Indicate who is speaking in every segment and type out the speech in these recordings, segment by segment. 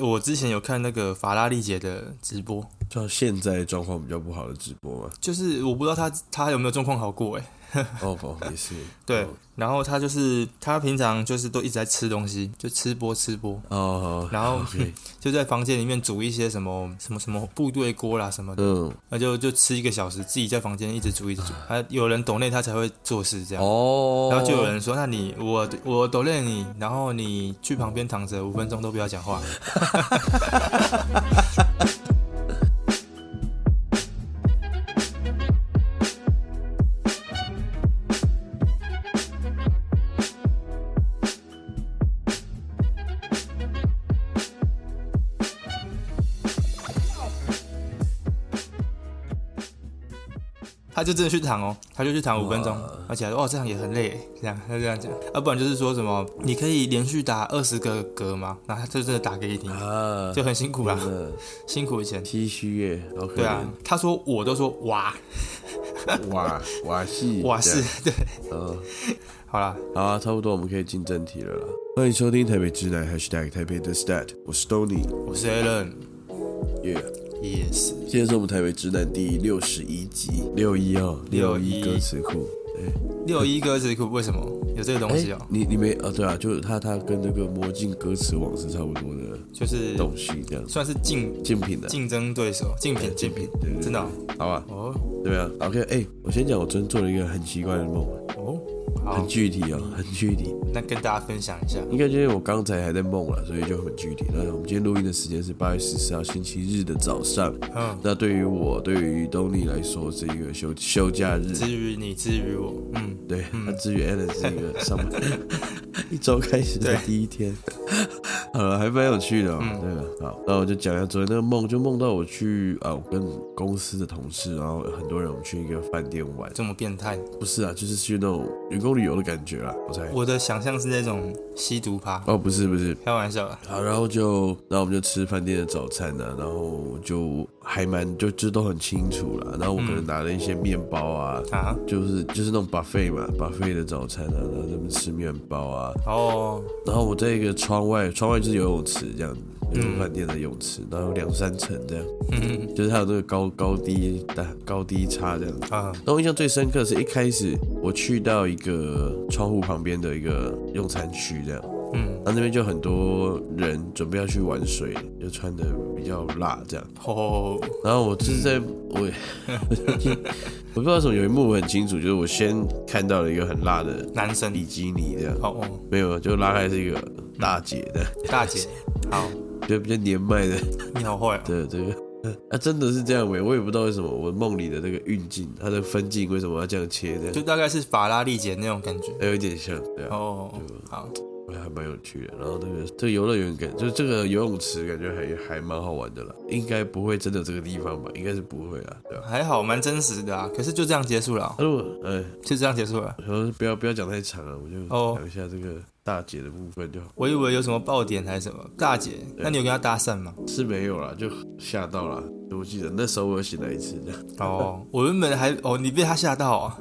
Speaker 1: 我之前有看那个法拉利姐的直播，
Speaker 2: 照现在状况比较不好的直播嘛。
Speaker 1: 就是我不知道她她有没有状况好过哎、
Speaker 2: 哦哦，也是。
Speaker 1: 对
Speaker 2: 哦，
Speaker 1: 然后她就是她平常就是都一直在吃东西，就吃播吃播，
Speaker 2: 哦，
Speaker 1: 然后
Speaker 2: OK
Speaker 1: 就在房间里面煮一些什么什么什么部队锅啦什么的，
Speaker 2: 嗯，
Speaker 1: 那就就吃一个小时，自己在房间一直煮一直煮，啊，有人懂内她才会做事这样。
Speaker 2: 哦，
Speaker 1: 然后就有人说：“那你我我抖练你，然后你去旁边躺着五分钟都不要讲话。”他就真的去躺哦，他就去躺五分钟
Speaker 2: 哇，
Speaker 1: 而且还说哦这样也很累，这样他就这样讲，啊不然就是说什么你可以连续打二十个嗝吗？然后他就真的打给你听，
Speaker 2: 啊，
Speaker 1: 就很辛苦啦，
Speaker 2: 真的
Speaker 1: 辛苦以前。
Speaker 2: 唏嘘耶，好可
Speaker 1: 对啊
Speaker 2: 怜，，
Speaker 1: 他说我都说哇
Speaker 2: 瓦瓦系
Speaker 1: 哇是，对，
Speaker 2: 这样嗯。
Speaker 1: 好啦，
Speaker 2: 好啊，差不多我们可以进正题了啦。欢迎收听台北之南 #hashtag 台北的 stat，我是 Tony，
Speaker 1: 我是 Alan，
Speaker 2: 耶、
Speaker 1: 也是
Speaker 2: 今天是我们台北之南第六十一集，六一哦，
Speaker 1: 六一
Speaker 2: 一歌词库。哎
Speaker 1: 六一歌词库为什么有这个东西哦？
Speaker 2: 你你没啊？对啊，就是它它跟那个魔镜歌词网是差不多的
Speaker 1: 就是
Speaker 2: 东西，这样子。
Speaker 1: 算是竞
Speaker 2: 竞品的、
Speaker 1: 竞争对手，竞品竞品，
Speaker 2: 对对对
Speaker 1: 真的哦
Speaker 2: 好吧？
Speaker 1: 哦
Speaker 2: 怎么样？OK，哎、我先讲，我昨天做了一个很奇怪的梦，啊
Speaker 1: 哦，
Speaker 2: 很
Speaker 1: 好，
Speaker 2: 具体哦， 很具体。
Speaker 1: 那跟大家分享一下，
Speaker 2: 应该就是我刚才还在梦了，所以就很具体。那我们今天录音的时间是八月十四号星期日的早上。
Speaker 1: 嗯，
Speaker 2: 那对于我，对于 Tony 来说，是一个休休假日。
Speaker 1: 至于你，至于我，嗯，
Speaker 2: 对，那至于 Alan 是一 个上班一周开始的第一天。好了，还蛮有趣的、哦，
Speaker 1: 嗯
Speaker 2: 对吧？好，那我就讲一下昨天那个梦，就梦到我去啊，我跟公司的同事，然后很多人我们去一个饭店玩，
Speaker 1: 这么变态，
Speaker 2: 不是啊，就是去那种员工旅游的感觉啦，我猜。
Speaker 1: 我的想象是那种吸毒趴，
Speaker 2: 哦，不是不是，
Speaker 1: 开玩笑啦，
Speaker 2: 好，然后就，然后我们就吃饭店的早餐呢、然后就还蛮就就都很清楚了。然后我可能拿了一些面包啊，
Speaker 1: 啊，
Speaker 2: 就是就是那种 buffet 嘛，buffet 的早餐啊，然后他们吃面包啊。
Speaker 1: 哦，
Speaker 2: 然后我在一个窗外，窗外就是游泳池这样子，就是饭店的泳池，然后有两三层这样，
Speaker 1: 嗯
Speaker 2: 就是它有那个高高低大高低差这样。
Speaker 1: 啊，
Speaker 2: 那我印象最深刻的是一开始我去到一个窗户旁边的一个用餐区这样。
Speaker 1: 嗯，
Speaker 2: 那那边就很多人准备要去玩水，就穿的比较辣这样。
Speaker 1: 哦，
Speaker 2: 然后我就是在、我我不知道为什么有一幕我很清楚，就是我先看到了一个很辣的
Speaker 1: 男生，
Speaker 2: 比基尼这样，
Speaker 1: 哦哦，
Speaker 2: 没有，就拉开是一个大姐的，
Speaker 1: 大姐，好，
Speaker 2: 就比较年迈的
Speaker 1: 你好坏哦，
Speaker 2: 的这个。啊，真的是这样没？我也不知道为什么我梦里的那个运镜，它的分镜为什么要这样切这
Speaker 1: 就
Speaker 2: 样，
Speaker 1: 大概是法拉利姐那种感觉，
Speaker 2: 还有一点像，对啊，
Speaker 1: 哦，好，
Speaker 2: 还蛮有趣的。然后这个这个游乐园感，就是这个游泳池感觉还还蛮好玩的啦，应该不会真的有这个地方吧？应该是不会啦，对吧、
Speaker 1: 还好，蛮真实的啊，可是就这样结束了哦，
Speaker 2: 那如果哎，
Speaker 1: 就这样结束了。啊
Speaker 2: 我说不要不要讲太长啊了，我就
Speaker 1: 哦
Speaker 2: 讲一下这个大姐的部分就好，
Speaker 1: 我以为有什么爆点还是什么，大姐，那你有跟她搭讪吗？
Speaker 2: 是没有啦，就吓到啦。我记得那时候我有醒来一次这 样，
Speaker 1: 哦，我原本还哦，你被她吓到啊、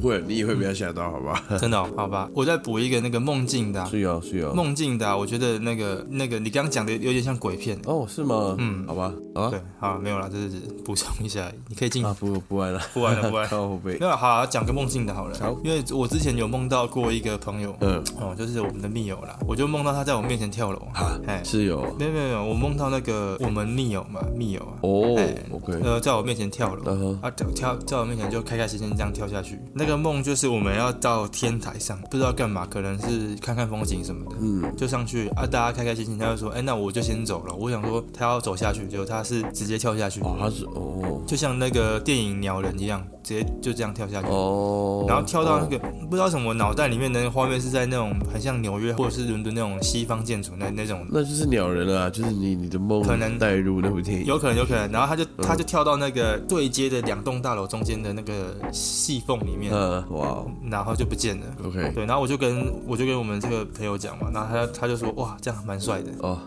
Speaker 2: 不会，你也会被她吓到，好吧？
Speaker 1: 真的、哦？好吧，我再补一个那个梦境的啊、
Speaker 2: 是哦，是哦。
Speaker 1: 梦境的啊、我觉得那个那个你刚刚讲的有点像鬼片。
Speaker 2: 哦，是吗？
Speaker 1: 嗯
Speaker 2: 好吧，好啊
Speaker 1: 对，好，没有啦，就是补充一下，你可以进，
Speaker 2: 啊，不不玩了，
Speaker 1: 不玩 了不玩了
Speaker 2: 靠背
Speaker 1: 没，有好，啊讲个梦境的好了
Speaker 2: 好，
Speaker 1: 因为我之前有梦到过一个朋友，
Speaker 2: 嗯，
Speaker 1: 哦，就是我们的密友啦，我就梦到他在我面前跳楼，哎，
Speaker 2: 是哦有
Speaker 1: 没有没有没有，我梦到那个我们密友嘛，密友啊，
Speaker 2: 哦
Speaker 1: 哎
Speaker 2: ，OK，
Speaker 1: 呃，在我面前跳楼，
Speaker 2: 嗯哼，
Speaker 1: 啊，跳跳在我面前就开开心心这样跳下去。那个梦就是我们要到天台上，不知道干嘛，可能是看看风景什么的，
Speaker 2: 嗯，
Speaker 1: 就上去啊，大家开开心心。他就说，哎、那我就先走了。我想说他要走下去，结果他是直接跳下去，
Speaker 2: 哦，他是哦
Speaker 1: 就像那个电影《鸟人》一样，直接就这样跳下去。
Speaker 2: 哦，
Speaker 1: 然后跳到那
Speaker 2: 哦
Speaker 1: 个、不知道什么脑袋里面的那个画面是在那种很像纽约或者是伦敦那种西方建筑那那种
Speaker 2: 那就是鸟人了啊，就是你你的梦
Speaker 1: 可能
Speaker 2: 带入那部电影。
Speaker 1: 有可能，有可能。然后他就
Speaker 2: 嗯
Speaker 1: 他就跳到那个对接的两栋大楼中间的那个细缝里面，
Speaker 2: 嗯，哇哦
Speaker 1: 然后就不见了。
Speaker 2: ，OK，
Speaker 1: 对，然后我就跟我就跟我们这个朋友讲嘛，然后他他就说哇，这样蛮帅的。
Speaker 2: 哦，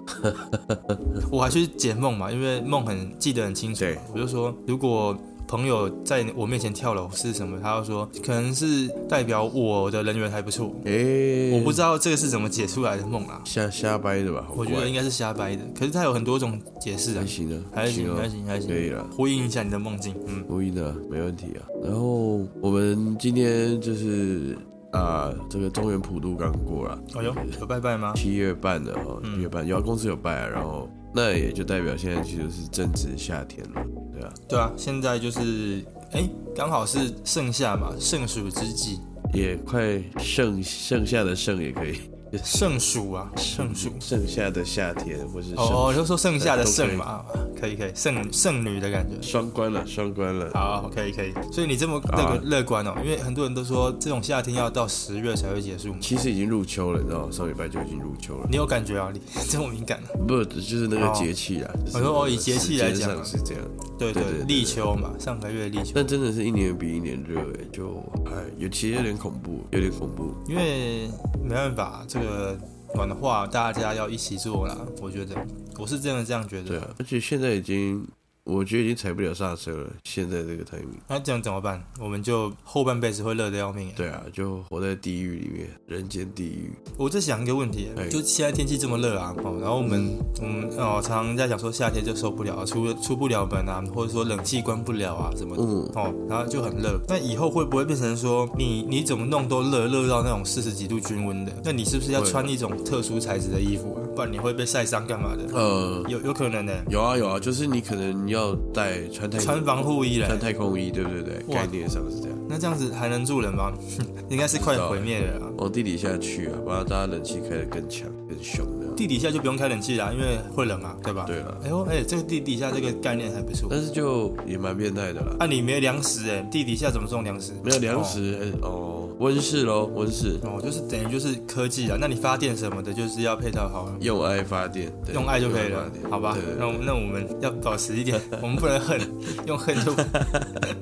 Speaker 1: 我还去解梦嘛，因为梦很记得很清楚嘛。
Speaker 2: 对
Speaker 1: 我就说如果朋友在我面前跳楼是什么，他就说可能是代表我的人缘还不错。
Speaker 2: 哎，
Speaker 1: 我不知道这个是怎么解出来的梦啦，
Speaker 2: 瞎瞎掰的吧？好
Speaker 1: 我觉得
Speaker 2: 怪
Speaker 1: 应该是瞎掰的。可是它有很多种解释啊
Speaker 2: 还，行啊，
Speaker 1: 还行
Speaker 2: 啊
Speaker 1: 还行还行
Speaker 2: 可以了。
Speaker 1: 呼应一下你的梦境。嗯，
Speaker 2: 录音的，没问题啊。然后我们今天就是啊，这个中原普渡刚过了，
Speaker 1: 哎呦，有拜拜吗？
Speaker 2: 七月半的哦，
Speaker 1: 嗯
Speaker 2: 七月半，有啊公司有拜啊，然后那也就代表现在其实是正值夏天了，对啊，
Speaker 1: 对啊，现在就是哎，刚好是盛夏嘛，盛暑之际，
Speaker 2: 也快盛盛夏的盛也可以，
Speaker 1: 盛暑啊，盛暑。
Speaker 2: 盛夏的夏天或是
Speaker 1: 哦哦，
Speaker 2: 盛
Speaker 1: 就说盛夏的盛
Speaker 2: 嗯对
Speaker 1: 嘛，啊可以可以，剩剩女的感觉。
Speaker 2: 双关了，双关了。
Speaker 1: 好，可以可以。所以你这么
Speaker 2: 啊
Speaker 1: 乐观乐观哦，因为很多人都说这种夏天要到十月才会结束嘛。
Speaker 2: 其实已经入秋了，你知道吗？上礼拜就已经入秋了，
Speaker 1: 你有感觉啊？你 这么敏感啊？
Speaker 2: 不就是那个节气啊？就是
Speaker 1: 我说哦以节气来讲啊
Speaker 2: 时间上是这样。
Speaker 1: 对
Speaker 2: 对对对
Speaker 1: 立秋嘛，上个月立秋。
Speaker 2: 但真的是一年比一年热哎，就哎，有其实有点恐怖，有点恐怖。
Speaker 1: 因为没办法，这个暖化大家要一起做啦。我觉得我是真的这样觉
Speaker 2: 对
Speaker 1: 得。
Speaker 2: 啊，而且现在已经，我觉得已经踩不了刹车了。现在
Speaker 1: 嗯
Speaker 2: 这个 timing，
Speaker 1: 那这样怎么办？我们就后半辈子会热得要命耶。
Speaker 2: 对啊，就活在地狱里面，人间地狱。
Speaker 1: 我在想一个问题耶
Speaker 2: 哎，嗯
Speaker 1: 就现在天气这么热啊，哦，然后我们我们哦常常在讲说夏天就受不了，出出不了门啊，或者说冷气关不了啊什么的。
Speaker 2: 嗯，
Speaker 1: 哦，然后就很热。那以后会不会变成说你你怎么弄都热，热到那种四十几度均温的？那你是不是要
Speaker 2: 会
Speaker 1: 穿一种特殊材质的衣服啊？不然你会被晒伤干嘛的？
Speaker 2: 呃，
Speaker 1: 有有可能呢、
Speaker 2: 有啊有啊，就是你可能要带穿太
Speaker 1: 穿防护衣嘞，
Speaker 2: 穿太空衣，对不对对？
Speaker 1: 哇
Speaker 2: 概念上是这样。
Speaker 1: 那这样子还能住人吗？ 应该是快毁灭了啊啦。
Speaker 2: 往地底下去啊，把大家冷气开得更强、更凶那样。
Speaker 1: 地底下就不用开冷气啦，因为会冷啊，对吧？。
Speaker 2: 对呃了，
Speaker 1: 哎呦，哎、这个地底下这个概念还不错。
Speaker 2: 但是就也蛮变态的啦。
Speaker 1: 啊，你没粮食哎、地底下怎么种粮食？
Speaker 2: 没有粮食哎哦，温室喽，温室
Speaker 1: 哦。哦，就是等于就是科技啊。那你发电什么的，就是要配套好啊。
Speaker 2: 用爱发电，对
Speaker 1: 用爱就可以
Speaker 2: 用爱
Speaker 1: 了
Speaker 2: 发，电
Speaker 1: 好吧
Speaker 2: 对对？
Speaker 1: 那我那我们要保持一点， 我们不能恨，用恨就， 对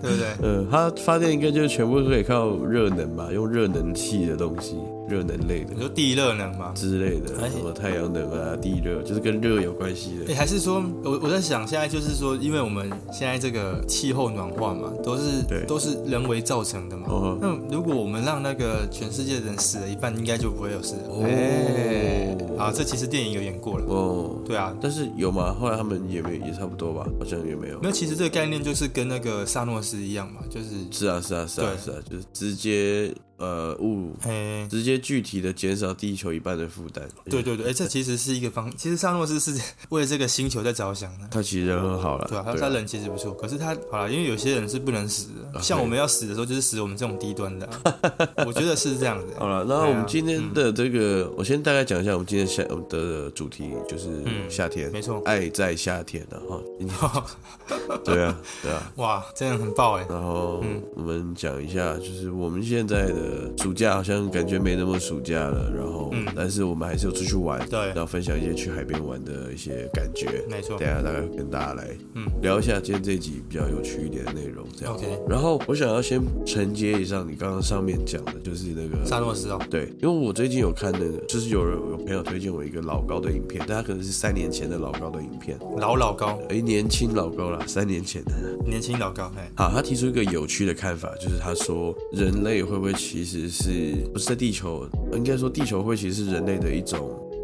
Speaker 1: 不对？
Speaker 2: 呃，它发电应该就全部都可以靠热能吧，用热能器的东西，热能类的
Speaker 1: 你说地热能吗？
Speaker 2: 之类的，
Speaker 1: 哎
Speaker 2: 什么太阳能啊、地热，就是跟热有关系
Speaker 1: 哎、
Speaker 2: 的。
Speaker 1: 还是说，我我在想，现在就是说，因为我们现在这个气候暖化嘛，都
Speaker 2: 对
Speaker 1: 是都是人为造成的嘛。
Speaker 2: 哦
Speaker 1: 那如果我们让那个全世界的人死了一半，应该就不会有事了。
Speaker 2: 哦
Speaker 1: 哎啊，这其实电影有演过了。
Speaker 2: 哦，
Speaker 1: 对啊，
Speaker 2: 但是有吗？后来他们也没也差不多吧，好像也没有。
Speaker 1: 那其实这个概念就是跟那个萨诺斯一样嘛，就是
Speaker 2: 是啊，是啊，是啊，
Speaker 1: 对
Speaker 2: 是啊，就是直接呃物，
Speaker 1: 哎、
Speaker 2: 直接具体的减少地球一半的负担。
Speaker 1: 对，对对，哎、这其实是一个方，其实萨诺斯是 为这个星球在着想的。
Speaker 2: 他其实人很好了，
Speaker 1: 对啊，他他人其实不错，可是他好了，因为有些人是不能死的，
Speaker 2: 啊
Speaker 1: 像
Speaker 2: 对
Speaker 1: 我们要死的时候就是死我们这种低端的啊、我觉得是这样的。
Speaker 2: 好了，那我们今天的
Speaker 1: 嗯
Speaker 2: 这个，我先大概讲一下我们今天夏我们的主题，就是
Speaker 1: 嗯
Speaker 2: 夏天，
Speaker 1: 没错
Speaker 2: 爱在夏天的 哈。今天对啊，对啊。
Speaker 1: 哇，真的很爆哎！
Speaker 2: 然后
Speaker 1: 嗯
Speaker 2: 我们讲一下，就是我们现在的暑假好像感觉没那么暑假了，然后
Speaker 1: 嗯
Speaker 2: 但是我们还是有出去玩，
Speaker 1: 对嗯
Speaker 2: 然后分享一些去海边玩的一些感觉。
Speaker 1: 没错
Speaker 2: 等一下大概跟大家来
Speaker 1: 嗯
Speaker 2: 聊一下今天这一集比较有趣一点的内容，这样。
Speaker 1: ，OK，
Speaker 2: 然后我想要先承接一上你刚刚上面讲的，就是那个
Speaker 1: 萨诺斯哦，
Speaker 2: 对，因为我最近有看那个，就是有人有朋友推荐我一个老高的影片，但他可能是三年前的老高的影片，
Speaker 1: 老老高，
Speaker 2: 诶，年轻老高啦，三年前的。
Speaker 1: 年轻老高，哎，
Speaker 2: 好，他提出一个有趣的看法，就是他说人类会不会其实是不是在地球，应该说地球会其实是人类的一种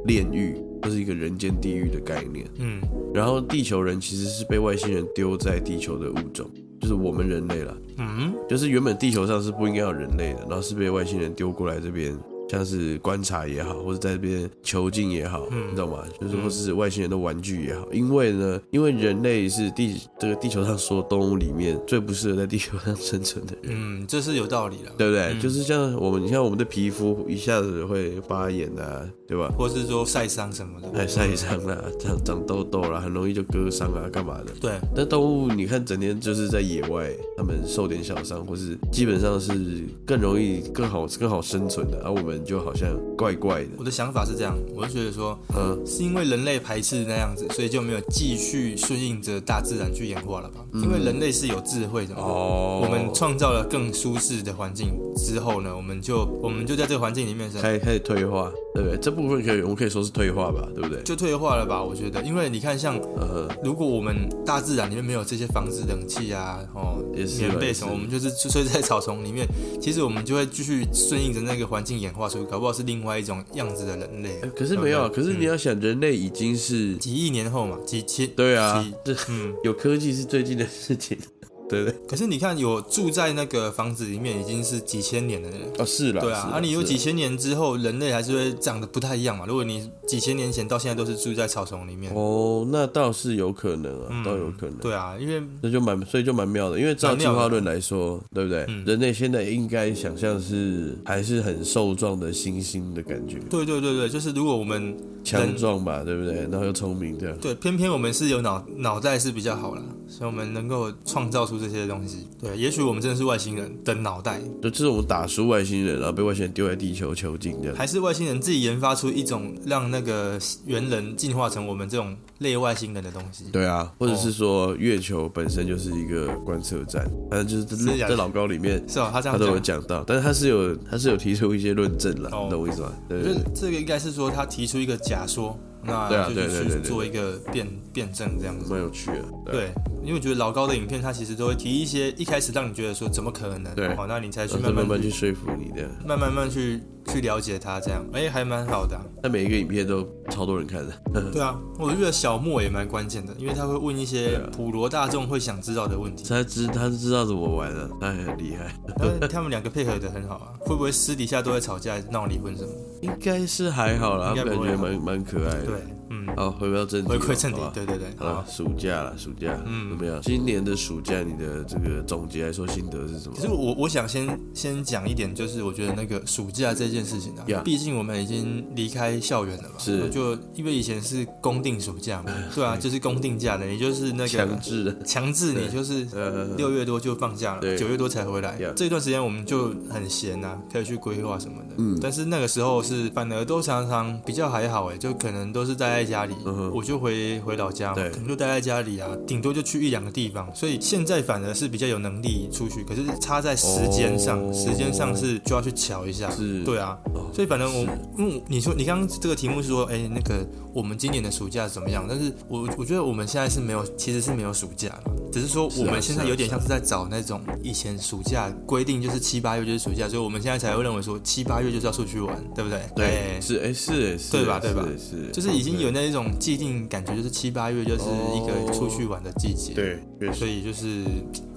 Speaker 2: 炼狱，或是一个人间地狱的概念。
Speaker 1: 嗯，
Speaker 2: 然后地球人其实是被外星人丢在地球的物种，就是我们人类啦。
Speaker 1: 嗯，
Speaker 2: 就是原本地球上是不应该有人类的，然后是被外星人丢过来这边，像是观察也好，或者在这边囚禁也好，你知道吗？就是或是外星人的玩具也好，因为呢，因为人类是地这个地球上所有动物里面最不适合在地球上生存的人。
Speaker 1: 嗯，这是有道理的，
Speaker 2: 对不对？就是像我们，你看我们的皮肤一下子会发炎啊，对吧？
Speaker 1: 或是说晒伤什么的，
Speaker 2: 哎，晒伤啦，长长痘痘啦，很容易就割伤啊，干嘛的？
Speaker 1: 对，
Speaker 2: 但动物你看，整天就是在野外，它们受点小伤，或是基本上是更容易、更好、更好生存的，而、啊我们就好像怪怪的，
Speaker 1: 我的想法是这样，我就觉得说，
Speaker 2: 嗯，
Speaker 1: 是因为人类排斥那样子，所以就没有继续顺应着大自然去演化了吧？因为人类是有智慧的嘛，
Speaker 2: 嗯哦
Speaker 1: 我们创造了更舒适的环境，之后呢，我们就我们就在这个环境里面生活
Speaker 2: 开开始退化，对不对？这部分可以，我们可以说是退化吧，对不对？
Speaker 1: 就退化了吧？我觉得，因为你看，像
Speaker 2: 呃，
Speaker 1: 如果我们大自然里面没有这些房子、冷气啊，哦
Speaker 2: 也，是
Speaker 1: 棉
Speaker 2: 啦
Speaker 1: 被
Speaker 2: 也
Speaker 1: 什么，
Speaker 2: 是
Speaker 1: 我们就是睡在草丛里面，其实我们就会继续顺应着那个环境演化出，搞不好是另外一种样子的人类。
Speaker 2: 可是没有啊，嗯
Speaker 1: 对不
Speaker 2: 可
Speaker 1: 对
Speaker 2: 是你要想，人类已经是
Speaker 1: 几亿年后嘛，几千
Speaker 2: 对啊
Speaker 1: 几，
Speaker 2: 这
Speaker 1: 嗯，
Speaker 2: 有科技是最近的事情， 对不对？
Speaker 1: 可是你看，有住在那个房子里面已经是几千年的人，
Speaker 2: 哦，是啦，
Speaker 1: 对
Speaker 2: 是
Speaker 1: 啊，
Speaker 2: 啦
Speaker 1: 啊，你有
Speaker 2: 是啦
Speaker 1: 几千年之后，人类还是会长得不太一样嘛。如果你几千年前到现在都是住在草丛里面，
Speaker 2: 哦，那倒是有可能啊，
Speaker 1: 嗯
Speaker 2: 倒有可能。
Speaker 1: 对啊，因为
Speaker 2: 那就蛮，所以就蛮妙的，因为照
Speaker 1: 蛮
Speaker 2: 进
Speaker 1: 妙的啊
Speaker 2: 化论来说，对不对？
Speaker 1: 嗯
Speaker 2: 人类现在应该想象是还是很瘦壮的猩猩的感觉，
Speaker 1: 对对对对，就是如果我们
Speaker 2: 强壮吧，对不对？
Speaker 1: 嗯
Speaker 2: 然后又聪明，这样。
Speaker 1: 对偏偏我们是有脑脑袋是比较好啦，所以我们能够创造出这些东西。对，也许我们真的是外星人的脑袋，
Speaker 2: 就这种打输外星人，然后被外星人丢在地球囚禁这样。
Speaker 1: 还是外星人自己研发出一种让那个猿人进化成我们这种类外星人的东西。
Speaker 2: 对啊，或者是说月球本身就是一个观测站，但就是
Speaker 1: 是
Speaker 2: 在
Speaker 1: 啊
Speaker 2: 在老高里面
Speaker 1: 是哦，他这
Speaker 2: 他
Speaker 1: 样
Speaker 2: 都有
Speaker 1: 讲。
Speaker 2: 讲到，但是他是有他是有提出一些论证了，
Speaker 1: 哦
Speaker 2: 你懂我意思吗？对
Speaker 1: 我
Speaker 2: 对
Speaker 1: 觉
Speaker 2: 对
Speaker 1: 得这个应该是说他提出一个假说，
Speaker 2: 对啊
Speaker 1: 那就
Speaker 2: 对对
Speaker 1: 是
Speaker 2: 对
Speaker 1: 去
Speaker 2: 对
Speaker 1: 做一个辩辩证这样子。
Speaker 2: 蛮有趣的。啊，
Speaker 1: 对，因为我觉得老高的影片，他其实都会提一些一开始让你觉得说怎么可能，哦
Speaker 2: 对
Speaker 1: 好，那你才去
Speaker 2: 然后
Speaker 1: 慢
Speaker 2: 再慢
Speaker 1: 慢
Speaker 2: 慢去说服你这样。
Speaker 1: 慢慢慢去去了解他这样，哎、还蛮好的啊、
Speaker 2: 但每一个影片都超多人看的，
Speaker 1: 对啊，我觉得小莫也蛮关键的，因为他会问一些
Speaker 2: 对啊
Speaker 1: 普罗大众会想知道的问题，
Speaker 2: 他知他是知道怎么玩的，他很厉害，
Speaker 1: 他他们两个配合的很好啊，会不会私底下都会吵架闹离婚什么？
Speaker 2: 应该是还好啦，
Speaker 1: 应
Speaker 2: 他
Speaker 1: 该
Speaker 2: 感
Speaker 1: 不会
Speaker 2: 觉蛮蛮可爱的。
Speaker 1: 对，嗯，
Speaker 2: 好，回到正题，
Speaker 1: 回归正题
Speaker 2: 好吧，
Speaker 1: 对对对，
Speaker 2: 好了
Speaker 1: 好，。
Speaker 2: 暑假了，暑假
Speaker 1: 嗯
Speaker 2: 怎么样？今年的暑假，你的这个总结来说心得是什么
Speaker 1: 其？实我我想先先讲一点，就是我觉得那个暑假这件事情啊
Speaker 2: Yeah
Speaker 1: 毕竟我们已经离开校园了嘛，
Speaker 2: 是
Speaker 1: 就因为以前是公定暑假 嘛，对啊，就是公定假的，也就是那个
Speaker 2: 强制的，
Speaker 1: 强制你
Speaker 2: 对
Speaker 1: 就是
Speaker 2: 呃，
Speaker 1: 六月多就放假了，
Speaker 2: 对
Speaker 1: 九月多才回来
Speaker 2: Yeah。
Speaker 1: 这段时间我们就很闲啊，可以去规划什么的。
Speaker 2: 嗯
Speaker 1: 但是那个时候是反而都常常比较还好哎，就可能都是待在家里
Speaker 2: 嗯哼，
Speaker 1: 我就回回老家嘛，
Speaker 2: 对
Speaker 1: 可能就待在家里啊，顶多就去一两个地方。所以现在反而是比较有能力出去，可是差在时间上，
Speaker 2: 哦
Speaker 1: 时间上是就要去瞧一下。
Speaker 2: 是
Speaker 1: 对啊，
Speaker 2: 哦
Speaker 1: 所以反正我
Speaker 2: 是，
Speaker 1: 因为你说你刚刚这个题目是说，哎、那个我们今年的暑假怎么样？但是我我觉得我们现在是没有，其实是没有暑假了，只是说
Speaker 2: 是
Speaker 1: 我
Speaker 2: 啊
Speaker 1: 们现在
Speaker 2: 是啊
Speaker 1: 有点像是在找那种以前暑假规定就是七八月就是暑假，所以我们现在才会认为说七八月就是要出去玩，对不对？
Speaker 2: 对，
Speaker 1: 哎
Speaker 2: 是哎是哎是，
Speaker 1: 对吧
Speaker 2: 哎
Speaker 1: 对吧
Speaker 2: 是哎是，
Speaker 1: 就是已经有那一种既定感觉，就是七八月就是一
Speaker 2: 哦
Speaker 1: 个出去玩的季节。。
Speaker 2: 对，确实
Speaker 1: 所以就是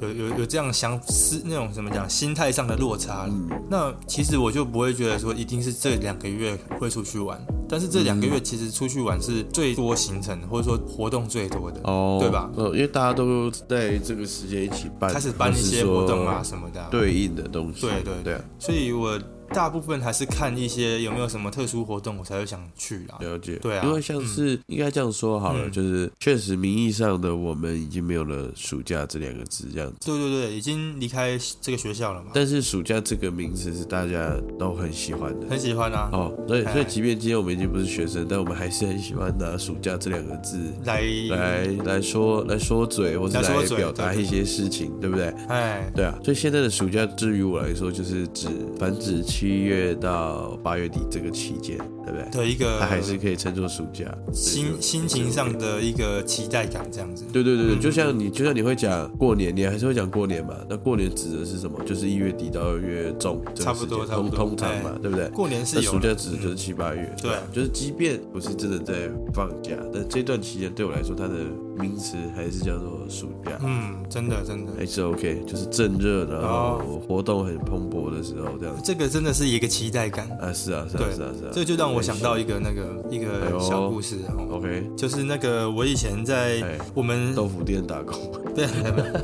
Speaker 1: 有有有这样想思那种怎么讲心态上的落差了。
Speaker 2: 嗯
Speaker 1: 那其实我就不会觉得说一定是这两个月会出去玩，但是这两个月其实出去玩是最多行程或者说活动最多的。
Speaker 2: 哦，
Speaker 1: 对吧
Speaker 2: 呃，因为大家都在这个时间一起办，
Speaker 1: 开始办一些活动啊
Speaker 2: 或是
Speaker 1: 什么的啊、
Speaker 2: 说对应的东西，
Speaker 1: 对对
Speaker 2: 对啊，
Speaker 1: 所以我大部分还是看一些有没有什么特殊活动，我才会想去啦。
Speaker 2: 了解，
Speaker 1: 对啊
Speaker 2: 因为像是、应该这样说好了，
Speaker 1: 嗯
Speaker 2: 就是确实名义上的我们已经没有了暑假这两个字这样子。
Speaker 1: 对对对，已经离开这个学校了嘛，
Speaker 2: 但是暑假这个名词是大家都很喜欢的
Speaker 1: 很喜欢啊，
Speaker 2: 哦，所以
Speaker 1: 哎
Speaker 2: 所以即便今天我们已经不是学生，但我们还是很喜欢拿暑假这两个字
Speaker 1: 来
Speaker 2: 来来说来说嘴，或
Speaker 1: 嗯
Speaker 2: 是
Speaker 1: 来说
Speaker 2: 来
Speaker 1: 嘴
Speaker 2: 表达
Speaker 1: 对对
Speaker 2: 一些事情，对不对？
Speaker 1: 哎，
Speaker 2: 对啊，所以现在的暑假，至于我来说，就是指繁殖七月到八月底这个期间，对不对？
Speaker 1: 的一个
Speaker 2: 它还是可以称作暑假。
Speaker 1: 心心情上的一个期待感这样子。
Speaker 2: 对对对对，
Speaker 1: 嗯
Speaker 2: 就像你，就像你会讲过年，你还是会讲过年嘛？那过年指的是什么？就是一月底到二月中，这
Speaker 1: 差
Speaker 2: 个
Speaker 1: 不
Speaker 2: 时
Speaker 1: 多
Speaker 2: 间
Speaker 1: 差不
Speaker 2: 通
Speaker 1: 多哎
Speaker 2: 通常嘛，对不对？
Speaker 1: 过年是
Speaker 2: 那
Speaker 1: 有
Speaker 2: 暑
Speaker 1: 的
Speaker 2: 假指的就是七八月，
Speaker 1: 嗯对
Speaker 2: 吧就是即便不是真的在放假，但这段期间对我来说，它的名词还是叫做暑假。
Speaker 1: 嗯，真的真的，
Speaker 2: 还是 OK，就是正热，然后
Speaker 1: 哦
Speaker 2: 活动很蓬勃的时候，这样子。
Speaker 1: 这个真的是一个期待感。
Speaker 2: 啊，是啊，是啊，
Speaker 1: 对
Speaker 2: 是啊，是啊。
Speaker 1: 这就让我想到一个那个一
Speaker 2: 哎
Speaker 1: 个
Speaker 2: 呦
Speaker 1: 小故事哦，
Speaker 2: OK，
Speaker 1: 就是那个我以前在
Speaker 2: 哎
Speaker 1: 我们
Speaker 2: 豆腐店打工，
Speaker 1: 对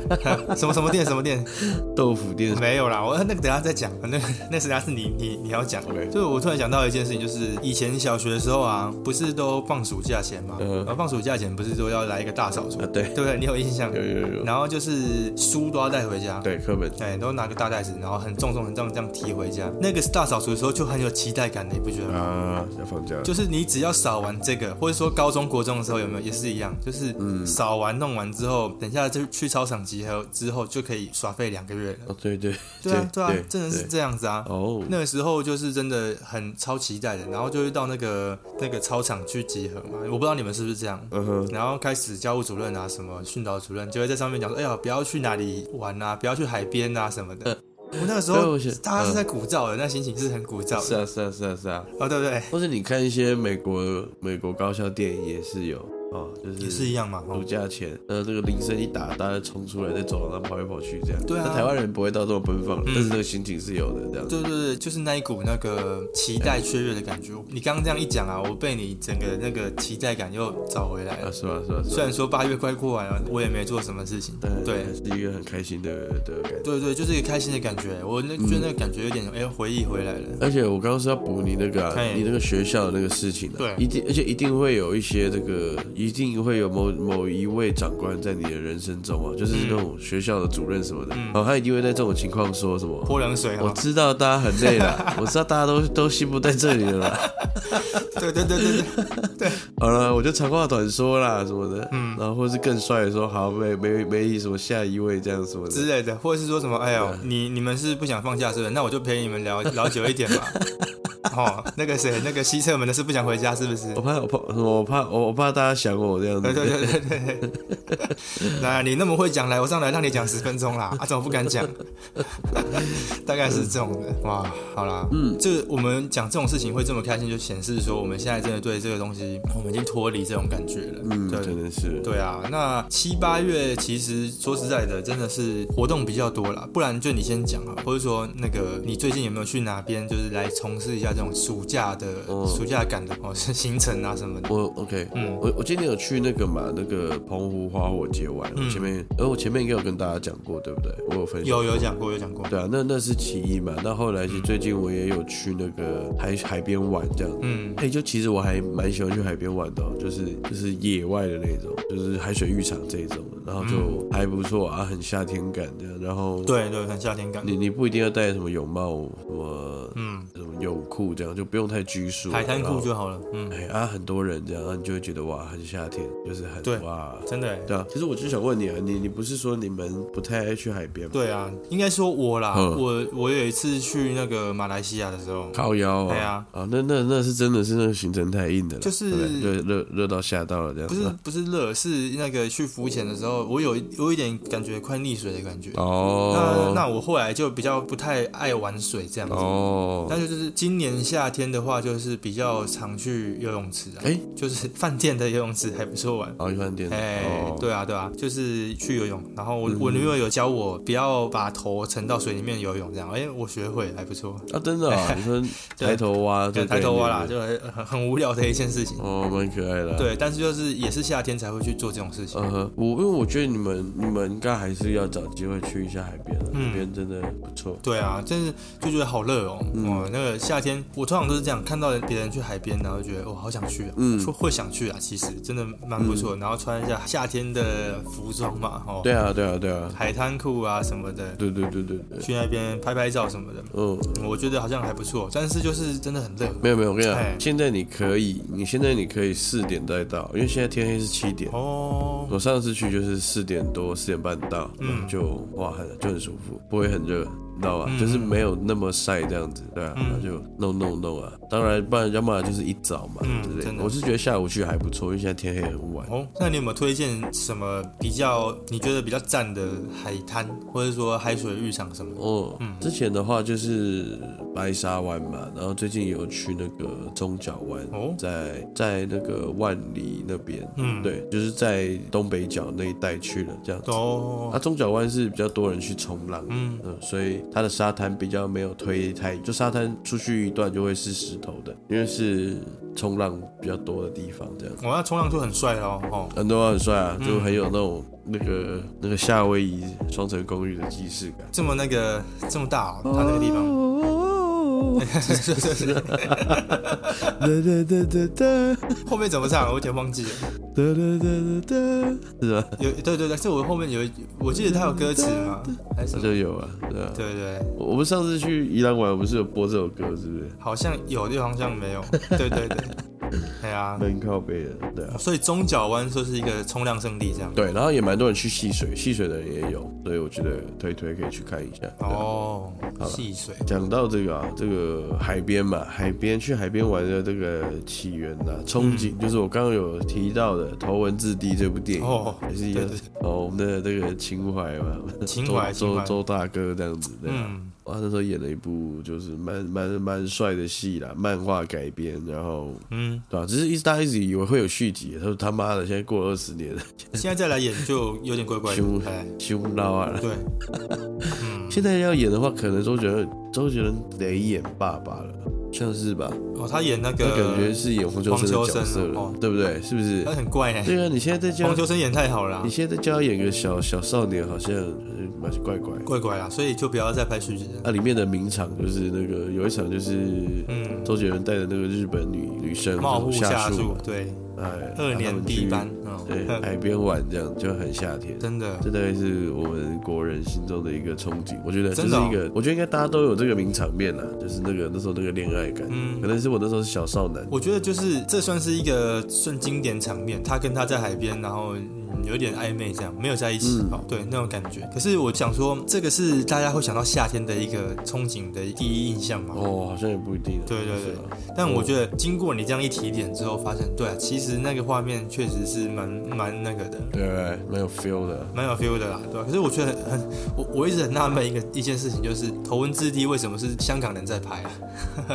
Speaker 1: 什么什么店什么店
Speaker 2: 豆腐店
Speaker 1: 没有啦，我那个等一下再讲，那个那实在是你你你要讲。
Speaker 2: OK
Speaker 1: 就是我突然想到一件事情，就是以前小学的时候啊，不是都放暑假前嘛，
Speaker 2: 嗯哼
Speaker 1: 然后放暑假前不是都要来一个大扫除，
Speaker 2: 啊，
Speaker 1: 对
Speaker 2: 对，
Speaker 1: 不对？你有印象？
Speaker 2: 有有有，
Speaker 1: 然后就是书都要带回家，
Speaker 2: 对，课本
Speaker 1: 哎对，都拿个大袋子，然后很重重很重这样提回家。那那个大扫除的时候就很有期待感，你不觉得吗？
Speaker 2: 啊，要放假了，
Speaker 1: 就是你只要扫完这个，或者说高中国中的时候有没有也是一样，就是扫完弄完之后，等一下就去操场集合之后就可以耍废两个月了。
Speaker 2: 哦，对对
Speaker 1: 对啊，对啊，真的是
Speaker 2: 对
Speaker 1: 这样子啊。
Speaker 2: 哦，
Speaker 1: 那个时候就是真的很超期待的，然后就会到那个那个操场去集合嘛。我不知道你们是不是这样，
Speaker 2: 嗯哼，
Speaker 1: 然后开始教务主任啊，什么训导主任就会在上面讲说，哎呀，不要去哪里玩啊，不要去海边啊什么的。我那个时
Speaker 2: 呃对
Speaker 1: 候
Speaker 2: 我觉得
Speaker 1: 大家是
Speaker 2: 嗯
Speaker 1: 在鼓噪的，那心情是很鼓噪
Speaker 2: 是
Speaker 1: 的，
Speaker 2: 啊是啊是啊是啊，
Speaker 1: 哦，对不对？
Speaker 2: 或者你看一些美国美国高校电影也是有哦，就是
Speaker 1: 也是一样嘛，
Speaker 2: 暑
Speaker 1: 哦
Speaker 2: 假前，呃，这个铃声一打，大家冲出来，在走廊上跑来跑去这样。
Speaker 1: 对啊嗯
Speaker 2: 那台湾人不会到这么奔放，但是那个心情是有的这样。
Speaker 1: 对对对，就是那一股那个期待雀跃的感觉。你刚刚这样一讲啊，我被你整个那个期待感又找回来
Speaker 2: 啊，
Speaker 1: 了。
Speaker 2: 是吧？是吧？是
Speaker 1: 虽
Speaker 2: 吧？
Speaker 1: 然说八月快过完了，我也没做什么事情，
Speaker 2: 但
Speaker 1: 对
Speaker 2: 还。是一个很开心的的感觉。
Speaker 1: 对对，就是一个开心的感觉。我那觉得那个感觉有点，哎、回忆回来了。
Speaker 2: 而且我刚刚是要补你那个、啊
Speaker 1: 哎，
Speaker 2: 你那个学校的那个事情、啊，
Speaker 1: 对
Speaker 2: 一定，而且一定会有一些这个，一定会有某某一位长官在你的人生中啊，就是那
Speaker 1: 嗯
Speaker 2: 种学校的主任什么的，哦，他一定会在这种情况说什么，
Speaker 1: 泼冷水
Speaker 2: 我
Speaker 1: 哦，
Speaker 2: 知道大家很累了，我知道大家都都心不在这里了啦，
Speaker 1: 对对对对对，
Speaker 2: 好了，我就长话短说啦什么的，嗯，然后或是更帅的说，好，没没没什么下一位这样什么的
Speaker 1: 之，类的，或者是说什么，哎呦，你你们是不想放假是不是？那我就陪你们聊聊久一点吧。哦，那个谁，那个西侧门的是不想回家是不是
Speaker 2: 我？怕我怕什么我怕我我怕大家想我这样
Speaker 1: 对
Speaker 2: 子，
Speaker 1: 对对对对， 来，你那么会讲，来，我上来让你讲十分钟啦，啊，怎么不敢讲？ 大概是这种的，哇，好啦，嗯，这我们讲这种事情会这么开心，就显示说我们现在真的对这个东西，我们已经脱离这种感觉了，
Speaker 2: 嗯，
Speaker 1: 对
Speaker 2: 真的是，
Speaker 1: 对啊，那七八月其实说实在的，真的是活动比较多啦。不然就你先讲啊，或者说那个你最近有没有去哪边，就是来从事一下这种暑假的、
Speaker 2: 哦
Speaker 1: 暑假感的哦是行程啊什么的。
Speaker 2: 我 OK，
Speaker 1: 嗯
Speaker 2: 我我今天有去那个嘛，那个澎湖花火节玩，我前面，呃，我前面应该有跟大家讲过，对不对？我有分享。
Speaker 1: 嗯有有嗯讲过有讲过，
Speaker 2: 对啊，那那是其一嘛。那后来其实最近我也有去那个海海边玩这样。
Speaker 1: 嗯
Speaker 2: 哎、就其实我还蛮喜欢去海边玩的、哦，就是就是野外的那种，就是海水浴场这一种的，然后就还不错啊，很夏天感这样。然后
Speaker 1: 嗯对对，很夏天感，
Speaker 2: 你你不一定要戴什么泳帽、什么
Speaker 1: 嗯，
Speaker 2: 什么泳裤这样，就不用太拘束。
Speaker 1: 海滩
Speaker 2: 然后
Speaker 1: 裤就好了，嗯，
Speaker 2: 哎啊，很多人这样，然后你就会觉得哇，很夏天，就是很
Speaker 1: 对
Speaker 2: 哇，
Speaker 1: 真的欸。
Speaker 2: 对啊。其实我就想问你啊，你你不是说你们不太爱去海边吗？
Speaker 1: 对啊，应该说我啦，
Speaker 2: 嗯
Speaker 1: 我我有一次去那个马来西亚的时候，
Speaker 2: 靠腰啊，
Speaker 1: 对啊，
Speaker 2: 那那那是真的是那个行程太硬的了，
Speaker 1: 就是
Speaker 2: 对不对热热热到吓到了这样
Speaker 1: 不
Speaker 2: 子
Speaker 1: 是
Speaker 2: 啊。
Speaker 1: 不是热，是那个去浮潜的时候，我有一我有一点感觉快溺水的感觉，
Speaker 2: 哦，
Speaker 1: 那那我后来就比较不太爱玩水这样子。
Speaker 2: 哦，
Speaker 1: 但是就是今年夏天的话，就是比较常去游泳池啊，
Speaker 2: 哎，
Speaker 1: 就是饭店的游泳池还不错玩。
Speaker 2: 哦，去饭店，
Speaker 1: 哎、
Speaker 2: 哦，
Speaker 1: 对啊，对啊，就是去游泳。然后我、我女友有教我不要把头沉到水里面游泳，这样，哎、我学会还不错。
Speaker 2: 啊，真的 啊，你说抬头蛙这
Speaker 1: 对，
Speaker 2: 个
Speaker 1: 抬头蛙啦，
Speaker 2: 概念
Speaker 1: 就很很很无聊的一件事情。
Speaker 2: 哦，蛮可爱的啊。
Speaker 1: 对，但是就是也是夏天才会去做这种事情。
Speaker 2: 嗯哼，我因为我觉得你们你们应该还是要找机会去一下海边啊，
Speaker 1: 嗯
Speaker 2: 海边真的不错。
Speaker 1: 对啊，真是就觉得好热哦。
Speaker 2: 嗯
Speaker 1: 哦，那个夏天，我通常都是这样，看到别人去海边，然后觉得哦，好想去啊，
Speaker 2: 嗯
Speaker 1: 说会想去啊，其实真的蛮不错。然后穿一下夏天的服装嘛，哦，
Speaker 2: 对啊，对啊，对啊，
Speaker 1: 海滩裤啊什么的，
Speaker 2: 对对对对对，
Speaker 1: 去那边拍拍照什么的，
Speaker 2: 嗯。
Speaker 1: 我觉得好像还不错。但是就是真的很热
Speaker 2: 没有没有，我跟你
Speaker 1: 哎
Speaker 2: 讲，现在你可以，你现在你可以四点再到，因为现在天黑是七点。
Speaker 1: 哦，
Speaker 2: 我上次去就是四点多四点半到，
Speaker 1: 嗯
Speaker 2: 然后就哇很就很舒服，不会很热，你知道吧？
Speaker 1: 嗯
Speaker 2: 就是没有那么晒这样子，对啊，然后就弄弄弄啊。当然，不然要么就是一早嘛，
Speaker 1: 嗯
Speaker 2: 对不
Speaker 1: 真
Speaker 2: 对？
Speaker 1: 的
Speaker 2: 我是觉得下午去还不错，因为现在天黑很晚。
Speaker 1: 哦，那你有没有推荐什么比较你觉得比较赞的海滩，或者说海水浴场什么的？
Speaker 2: 哦，之前的话就是白沙湾嘛，然后最近有去那个中角湾，
Speaker 1: 哦
Speaker 2: 在在那个万里那边，
Speaker 1: 嗯
Speaker 2: 对，就是在东北角那一带去了这样子。
Speaker 1: 哦
Speaker 2: 啊，，中角湾是比较多人去冲浪，
Speaker 1: 嗯
Speaker 2: 嗯所以它的沙滩比较没有推太，就沙滩出去一段就会是石头的，因为是冲浪比较多的地方，这样。
Speaker 1: 我、那冲浪就很帅咯。哦。
Speaker 2: 很多人很帅啊，就很有那种、那个那个夏威夷双层公寓的既视感。
Speaker 1: 这么那个这么大、哦，它那个地方。
Speaker 2: 哦哦，
Speaker 1: 是是是，
Speaker 2: 哒哒哒哒哒，
Speaker 1: 后面怎么唱？我有点忘记了。
Speaker 2: 哒哒哒哒哒， 是吧？啊
Speaker 1: 有对对对，是我后面有一，我记得它有歌词嘛，还是
Speaker 2: 好
Speaker 1: 什么
Speaker 2: 像有啊，对啊。
Speaker 1: 对对，
Speaker 2: 我我们上次去宜兰玩，不是有播这首歌，是不是？
Speaker 1: 好像有，又好像 没有。对对对，哎呀，
Speaker 2: 蛮靠背的，对啊。
Speaker 1: 所以中角湾就是一个冲浪圣地，这样。
Speaker 2: 对，然后也蛮多人去戏水，戏水的人也有，所以我觉得推推可以去看一下。对啊
Speaker 1: 哦，戏水，
Speaker 2: 讲到这个啊，这个海边嘛，海边去海边玩的这个起源呐、憧憬、
Speaker 1: 嗯
Speaker 2: 就是我刚刚有提到的《头文字 D》这部电影，
Speaker 1: 哦
Speaker 2: 也是一样
Speaker 1: 对
Speaker 2: 哦，我们的这个情怀嘛，
Speaker 1: 情怀
Speaker 2: 周
Speaker 1: 情
Speaker 2: 周
Speaker 1: 怀
Speaker 2: 周大哥这样子的。
Speaker 1: 嗯，
Speaker 2: 哇，那时候演了一部就是蛮蛮蛮帅的戏啦，漫画改编，然后
Speaker 1: 嗯，
Speaker 2: 对吧、啊只是一直大家一直以为会有续集，他说他妈的，现在过了二十年了，
Speaker 1: 现在再来演就有点怪怪的
Speaker 2: 修，
Speaker 1: 哎，
Speaker 2: 凶到啊！
Speaker 1: 对，嗯，
Speaker 2: 现在要演的话，可能周杰伦周杰伦得演爸爸了，像是吧？
Speaker 1: 哦，他演那
Speaker 2: 那
Speaker 1: 个，
Speaker 2: 感觉是演黄秋生的角色了，
Speaker 1: 黄秋生哦
Speaker 2: 对不对？是不是
Speaker 1: 他？很怪哎，
Speaker 2: 对啊，你现在在叫
Speaker 1: 黄秋生演太好了啊
Speaker 2: 你，现在叫他演个小小少年，好像呃蛮怪怪。啊
Speaker 1: 怪怪啦，所以就不要再拍续集了。
Speaker 2: 那、里面的名场就是那个有一场就是
Speaker 1: 嗯，
Speaker 2: 周杰伦带的那个日本女女生
Speaker 1: 茂户
Speaker 2: 下
Speaker 1: 下树，对，
Speaker 2: 哎，
Speaker 1: 二年
Speaker 2: 第
Speaker 1: 地
Speaker 2: 一
Speaker 1: 班，
Speaker 2: 对，哎
Speaker 1: 嗯，
Speaker 2: 海边玩这样就很夏天。
Speaker 1: 真的，
Speaker 2: 这大概是我们国人心中的一个憧憬，我觉得这
Speaker 1: 真
Speaker 2: 是
Speaker 1: 的哦
Speaker 2: 一个，我觉得应该大家都有这个名场面啦，啊就是那个那时候那个恋爱感，
Speaker 1: 嗯
Speaker 2: 可能是我那时候是小少男，
Speaker 1: 我觉得就是这算是一个算经典场面，他跟他在海边，然后嗯有点暧昧这样，没有在一起、
Speaker 2: 嗯
Speaker 1: 哦，对那种感觉。可是我想说，这个是大家会想到夏天的一个憧憬的第一印象嘛？
Speaker 2: 哦，好像也不一定啊，
Speaker 1: 对对对
Speaker 2: 是吧
Speaker 1: 但我觉得经过你这样一提点之后，发现对啊，其实那个画面确实是蛮蛮那个的。
Speaker 2: 对对，蛮有 feel 的。
Speaker 1: 蛮有 feel 的啦，对吧、可是我觉得很很，我我一直很纳闷一个一件事情，就是《头文字 D》为什么是香港人在拍啊？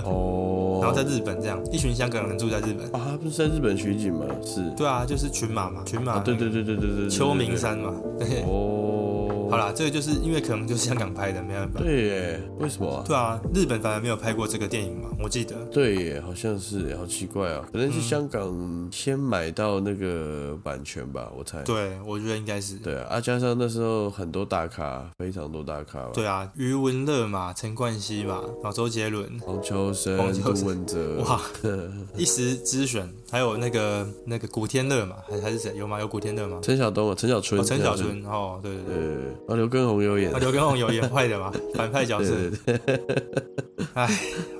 Speaker 2: 哦，
Speaker 1: 然后在日本这样，一群香港人住在日本，
Speaker 2: 啊，他不是在日本取景吗？是，
Speaker 1: 对啊，就是群马嘛，群马、
Speaker 2: 啊，对对对对对对，对
Speaker 1: 秋名，山嘛，
Speaker 2: 对对哦，
Speaker 1: 好，啦，这个就是因为可能就是香港拍的，没办法。
Speaker 2: 对耶，为什么啊？
Speaker 1: 对啊，日本反而没有拍过这个电影嘛，我记得。
Speaker 2: 对耶，好像是耶，好奇怪啊，可能
Speaker 1: 嗯
Speaker 2: 是香港先买到那个版权吧，我猜。
Speaker 1: 对，我觉得应该是。
Speaker 2: 对啊，啊加上那时候很多大咖，非常多大咖吧，
Speaker 1: 对啊，余文乐嘛，陈冠希嘛，然后周杰伦，
Speaker 2: 黄秋生、
Speaker 1: 黄秋生
Speaker 2: 杜汶泽，
Speaker 1: 哇，一时之选，还有那个那个古天乐嘛，还还是谁有吗？有古天乐吗？
Speaker 2: 陈晓东啊，陈小春，
Speaker 1: 哦，陈小，春哦，对对
Speaker 2: 对
Speaker 1: 对。
Speaker 2: 对，对啊，刘畊宏有演
Speaker 1: 那，刘畊宏有演坏的嘛，反派角
Speaker 2: 对
Speaker 1: 色。
Speaker 2: 对对，
Speaker 1: 哎，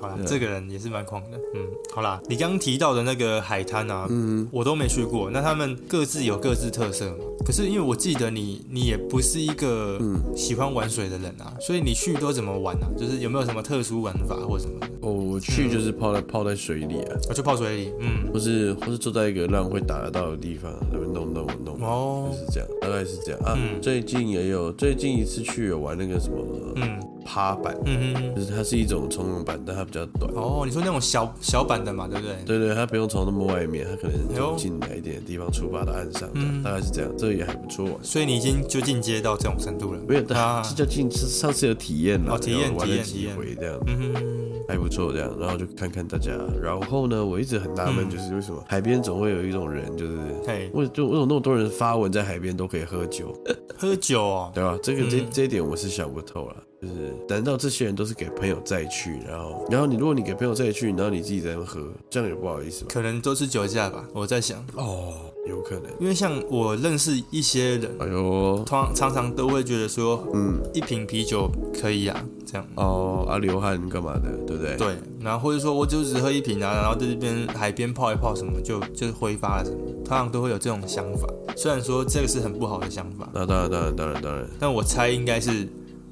Speaker 1: 好啦，这个人也是蛮狂的。嗯，好啦，你刚提到的那个海滩啊，嗯，我都没去过。那他们各自有各自特色嘛。可是因为我记得你，你也不是一个
Speaker 2: 嗯
Speaker 1: 喜欢玩水的人啊，所以你去都怎么玩啊？就是有没有什么特殊玩法或什么的？
Speaker 2: 哦，我去就是泡在泡在水里啊，
Speaker 1: 我去泡水里，嗯，
Speaker 2: 或是或是坐在一个浪会打得到的地方，那边弄弄弄，
Speaker 1: 哦
Speaker 2: 就，是这样，大概是这样啊。
Speaker 1: 嗯
Speaker 2: 最近也有，最近一次去有玩那个什么呃
Speaker 1: 嗯
Speaker 2: 趴板，
Speaker 1: 嗯嗯嗯，
Speaker 2: 就是它是一种冲浪板，但它比较短。
Speaker 1: 哦，你说那种小小版的嘛，对不对？
Speaker 2: 对对，它不用从那么外面，它可能
Speaker 1: 哎呦
Speaker 2: 从近来一点的地方出发到岸上，这样
Speaker 1: 嗯
Speaker 2: 大概是这样，这也还不错玩。
Speaker 1: 所以你已经就进阶到这种程度了。
Speaker 2: 没有，但
Speaker 1: 啊
Speaker 2: 是就近是上次有体验了，
Speaker 1: 哦体验
Speaker 2: 然后玩了
Speaker 1: 体
Speaker 2: 几
Speaker 1: 验
Speaker 2: 回这样，
Speaker 1: 嗯哼，
Speaker 2: 还不错这样，然后就看看大家。然后呢，我一直很纳
Speaker 1: 嗯
Speaker 2: 闷，就是为什么海边总会有一种人，就是
Speaker 1: 嘿，
Speaker 2: 为就为什么那么多人发文在海边都可以喝酒，
Speaker 1: 喝酒哦，
Speaker 2: 对吧？这个这
Speaker 1: 嗯
Speaker 2: 这一点我是想不透了。就是，难道这些人都是给朋友再去，然后，然后你如果你给朋友再去，然后你自己在那边喝，这样也不好意思吧？
Speaker 1: 可能都是酒驾吧，我在想。
Speaker 2: 哦，有可能。
Speaker 1: 因为像我认识一些人，
Speaker 2: 哎呦，
Speaker 1: 常常常都会觉得说，
Speaker 2: 嗯，
Speaker 1: 一瓶啤酒可以啊，这样。
Speaker 2: 哦，啊，流汗干嘛的，对不对？，
Speaker 1: 对，然后或者说我就只喝一瓶啊，然后在这边海边泡一泡什么，就就挥发了什么，通常都会有这种想法。虽然说这个是很不好的想法，
Speaker 2: 那当然，当然，当然，当然，
Speaker 1: 但我猜应该是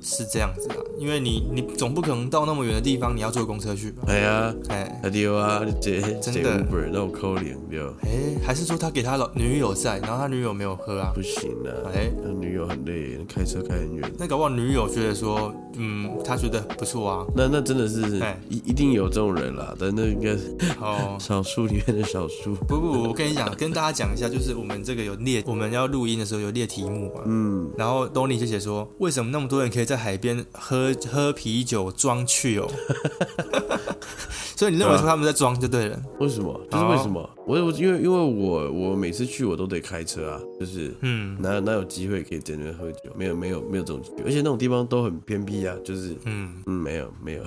Speaker 1: 是这样子啊，因为你你总不可能到那么远的地方，你要坐公车去吧？
Speaker 2: 哎呀。
Speaker 1: 哎
Speaker 2: 啊对啊，你这
Speaker 1: 真
Speaker 2: 这
Speaker 1: 的
Speaker 2: Uber 那种扣零对吧，
Speaker 1: 哎，还是说他给他老女友在，然后他女友没有喝啊？
Speaker 2: 不行啊，
Speaker 1: 哎，
Speaker 2: 那女友很累，开车开很远。
Speaker 1: 那搞不好女友觉得说，嗯，他觉得不错啊，
Speaker 2: 那那真的是
Speaker 1: 哎
Speaker 2: 一一定有这种人啦，但那应该是
Speaker 1: 哦，
Speaker 2: 少数里面的少数。
Speaker 1: 不不，我跟你讲，跟大家讲一下，就是我们这个有列，我们要录音的时候有列题目嘛。
Speaker 2: 嗯，
Speaker 1: 然后 d o n y 就写说，为什么那么多人可以在海边喝喝啤酒装 去哦？所以你认为说他们在装就对了。哦
Speaker 2: 为什么？这是为什么？我我因为因为我我每次去我都得开车啊，就是
Speaker 1: 嗯
Speaker 2: 哪有哪有机会可以在那边喝酒？没有没有没有这种机会，而且那种地方都很偏僻啊，就是
Speaker 1: 嗯，
Speaker 2: 嗯没有没有，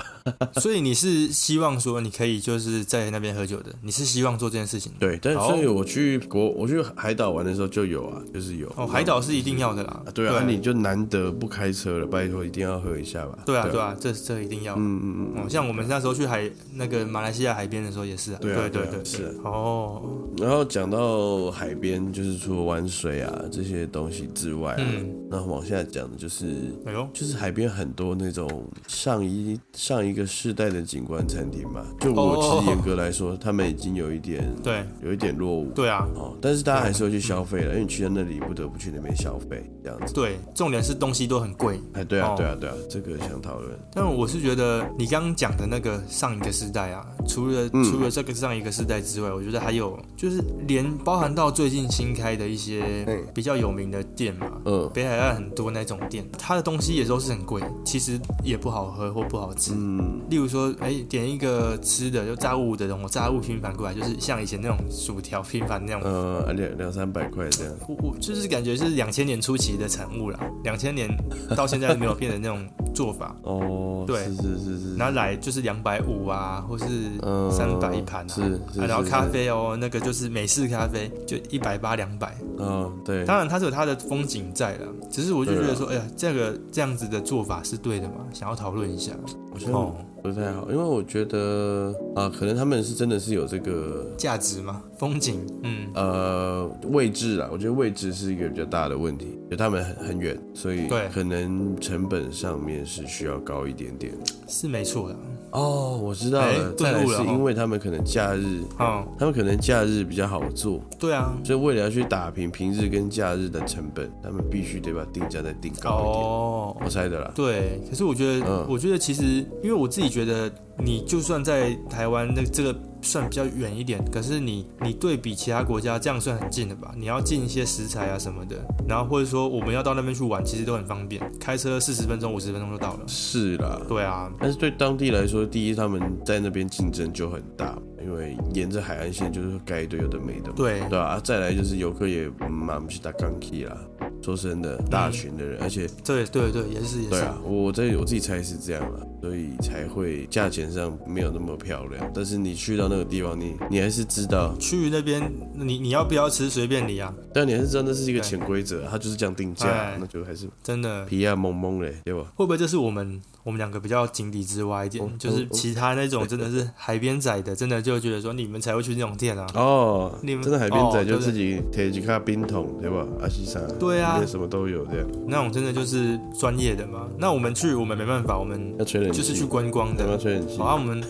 Speaker 1: 所以你是希望说你可以就是在那边喝酒的，你是希望做这件事情的。
Speaker 2: 对，但
Speaker 1: 好
Speaker 2: 所以我去国我去海岛玩的时候就有啊，就是有
Speaker 1: 哦，海岛是一定要的啦
Speaker 2: 啊。对啊，你就难得不开车了，拜托一定要喝一下吧。
Speaker 1: 对啊，对啊，这这一定要。嗯嗯嗯。哦，像我们那时候去海那个马来西亚海边的时候也是啊。
Speaker 2: 对啊
Speaker 1: 对
Speaker 2: 对啊是啊
Speaker 1: 哦，
Speaker 2: 然后讲到海边，就是除了玩水啊这些东西之外、啊，
Speaker 1: 嗯
Speaker 2: 那往下讲的就是
Speaker 1: 哎呦，
Speaker 2: 就是海边很多那种上一上一个世代的景观餐厅嘛，就我其实严格来说，他们已经有一点
Speaker 1: 对
Speaker 2: 有一点落伍
Speaker 1: 对啊。
Speaker 2: 哦，但是大家还是会去消费了，因为你去到那里不得不去那边消费这样子。
Speaker 1: 对，重点是东西都很贵，
Speaker 2: 哎，对啊
Speaker 1: 哦，
Speaker 2: 对啊，对啊，这个想讨论。
Speaker 1: 但我是觉得你刚刚讲的那个上一个时代啊，除了、
Speaker 2: 嗯
Speaker 1: 除了这个上一个时代之外，我觉得还有就是连包含到最近新开的一些
Speaker 2: 对
Speaker 1: 比较有名的店嘛，
Speaker 2: 嗯
Speaker 1: 北海岸很多那种店，它的东西也都是很贵，其实也不好喝或不好吃。
Speaker 2: 嗯，
Speaker 1: 例如说，哎、点一个吃的就炸物的那种炸物拼盘过来，就是像以前那种薯条拼盘那种。
Speaker 2: 呃，两两三百块这样。
Speaker 1: 我我就是感觉是两千年初期的产物啦，两千年到现在没有变的那种做法。
Speaker 2: 哦，
Speaker 1: 对
Speaker 2: 是是是是。
Speaker 1: 拿来就是两百五啊，或是
Speaker 2: 嗯
Speaker 1: 三百一盘啊，
Speaker 2: 是是
Speaker 1: 啊然后
Speaker 2: 是
Speaker 1: 咖
Speaker 2: 是
Speaker 1: 啡哦，那个就是美式咖啡，就一百八两百。
Speaker 2: 嗯，对。啊
Speaker 1: 当然它是有它的风景在了，只是我就觉得说，哎呀，这个这样子的做法是对的嘛？想要讨论一下。
Speaker 2: 我觉
Speaker 1: 哦
Speaker 2: 得，不太好，因为我觉得啊，可能他们是真的是有这个
Speaker 1: 价值嘛，风景，嗯，
Speaker 2: 呃位置啊，我觉得位置是一个比较大的问题，就他们很很远，所以
Speaker 1: 对
Speaker 2: 可能成本上面是需要高一点点。
Speaker 1: 是没错的。
Speaker 2: 哦，我知道了，
Speaker 1: 哎
Speaker 2: 再来
Speaker 1: 顿悟了
Speaker 2: 是
Speaker 1: 哦
Speaker 2: 因为他们可能假日，
Speaker 1: 哦，
Speaker 2: 他们可能假日比较好做，
Speaker 1: 对啊，
Speaker 2: 所以为了要去打平平日跟假日的成本，他们必须得把定价再定高一点。
Speaker 1: 哦，
Speaker 2: 我猜的啦，
Speaker 1: 对，可是我觉得，
Speaker 2: 嗯
Speaker 1: 我觉得其实，因为我自己觉得，你就算在台湾那这个算比较远一点，可是你你对比其他国家，这样算很近的吧？你要进一些食材啊什么的，然后或者说我们要到那边去玩，其实都很方便，开车四十分钟、五十分钟就到了。
Speaker 2: 是啦。
Speaker 1: 对啊，
Speaker 2: 但是对当地来说，第一他们在那边竞争就很大，因为沿着海岸线就是盖一堆有的没的嘛。
Speaker 1: 对，
Speaker 2: 对啊，啊再来就是游客也蛮不是打钢 key 啦，说真的，大群的人，而且
Speaker 1: 对对对，也是也
Speaker 2: 对
Speaker 1: 嗯是，
Speaker 2: 啊，我在我自己猜是这样啦，所以才会价钱上没有那么漂亮。但是你去到那个地方，你你还是知道，
Speaker 1: 去那边你你要不要吃随便你啊，
Speaker 2: 但你还是知道那是一个
Speaker 1: 对
Speaker 2: 潜规则，它就是这样定价
Speaker 1: 哎，
Speaker 2: 那就还是
Speaker 1: 真的。
Speaker 2: 皮亚啊蒙蒙嘞，对吧？
Speaker 1: 会不会这是我们我们两个比较井底之蛙一点？
Speaker 2: 哦
Speaker 1: 就是
Speaker 2: 哦
Speaker 1: 其他那种真的是海边仔的，真的就觉得说你们才会去那种店啊。
Speaker 2: 哦，
Speaker 1: 你们
Speaker 2: 真的海边仔
Speaker 1: 哦
Speaker 2: 就
Speaker 1: 对
Speaker 2: 自己铁几卡冰桶，对吧？阿西啥，
Speaker 1: 对啊
Speaker 2: 里面什么都有这样，
Speaker 1: 那种真的就是专业的嘛。那我们去，我们没办法，我们
Speaker 2: 要吹冷气，
Speaker 1: 就是去观光
Speaker 2: 对要
Speaker 1: 的。
Speaker 2: 吹冷气
Speaker 1: 好、。啊，我 们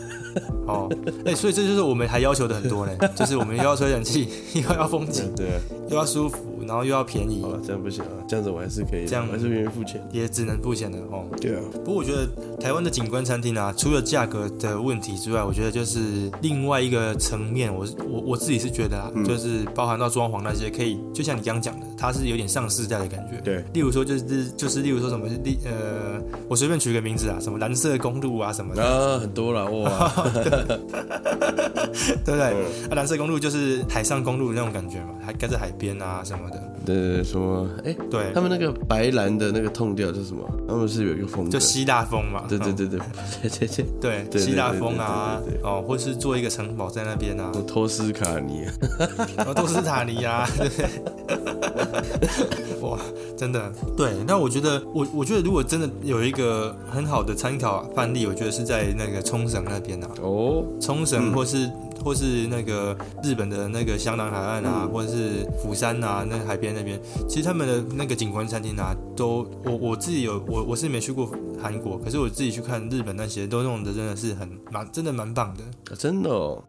Speaker 1: 哦，哎、所以这就是我们还要求的很多嘞，就是我们又要吹冷气， 又要风景，
Speaker 2: 对啊，
Speaker 1: 又要舒服，然后又要便宜
Speaker 2: 好，了，这样不行啊，这样子我还是可以，
Speaker 1: 这样
Speaker 2: 我还是愿意付钱。
Speaker 1: 也只能付钱了哦。
Speaker 2: 对啊，
Speaker 1: 不过我觉得台湾的景观餐厅啊，除了价格的问题之外，我觉得就是另外一个层面，我我我自己是觉得
Speaker 2: 嗯
Speaker 1: 啊，就是包含到装潢那些，可以就像你刚刚讲的，它是有点上世代的感觉。
Speaker 2: 对，
Speaker 1: 例如说就是就是例如说什么例呃，我随便取个名字啊，什么蓝色公路啊什么的，
Speaker 2: 啊，很多了 哇，
Speaker 1: 对不对？
Speaker 2: 嗯
Speaker 1: 啊，蓝色公路就是海上公路那种感觉嘛，还跟着海边啊什么的，
Speaker 2: 对对对，什么？哎，
Speaker 1: 对
Speaker 2: 他，们那个白蓝的那个痛调是什么？他们是有一个风格
Speaker 1: 就，希腊风嘛，
Speaker 2: 对对
Speaker 1: 嗯
Speaker 2: 对对对对对，
Speaker 1: 对，
Speaker 2: 对
Speaker 1: 希腊风啊
Speaker 2: 对对对对，
Speaker 1: 哦，或是做一个城堡在那边啊，
Speaker 2: 我偷斯卡尼，啊
Speaker 1: 然后哦都是塔尼啊，对不对？哇，真的，对，那我觉得我我觉得如果真的有一个很好的参考范例，我觉得是在那个冲绳那边啊，
Speaker 2: 哦，
Speaker 1: 冲绳或是、或是那个日本的那个香南海岸啊，或者是釜山啊，那海边那边，其实他们的那个景观餐厅啊，都我我自己有我我是没去过韩国，可是我自己去看日本那些都弄得真的是很蛮真的蛮棒的。
Speaker 2: 啊真的哦，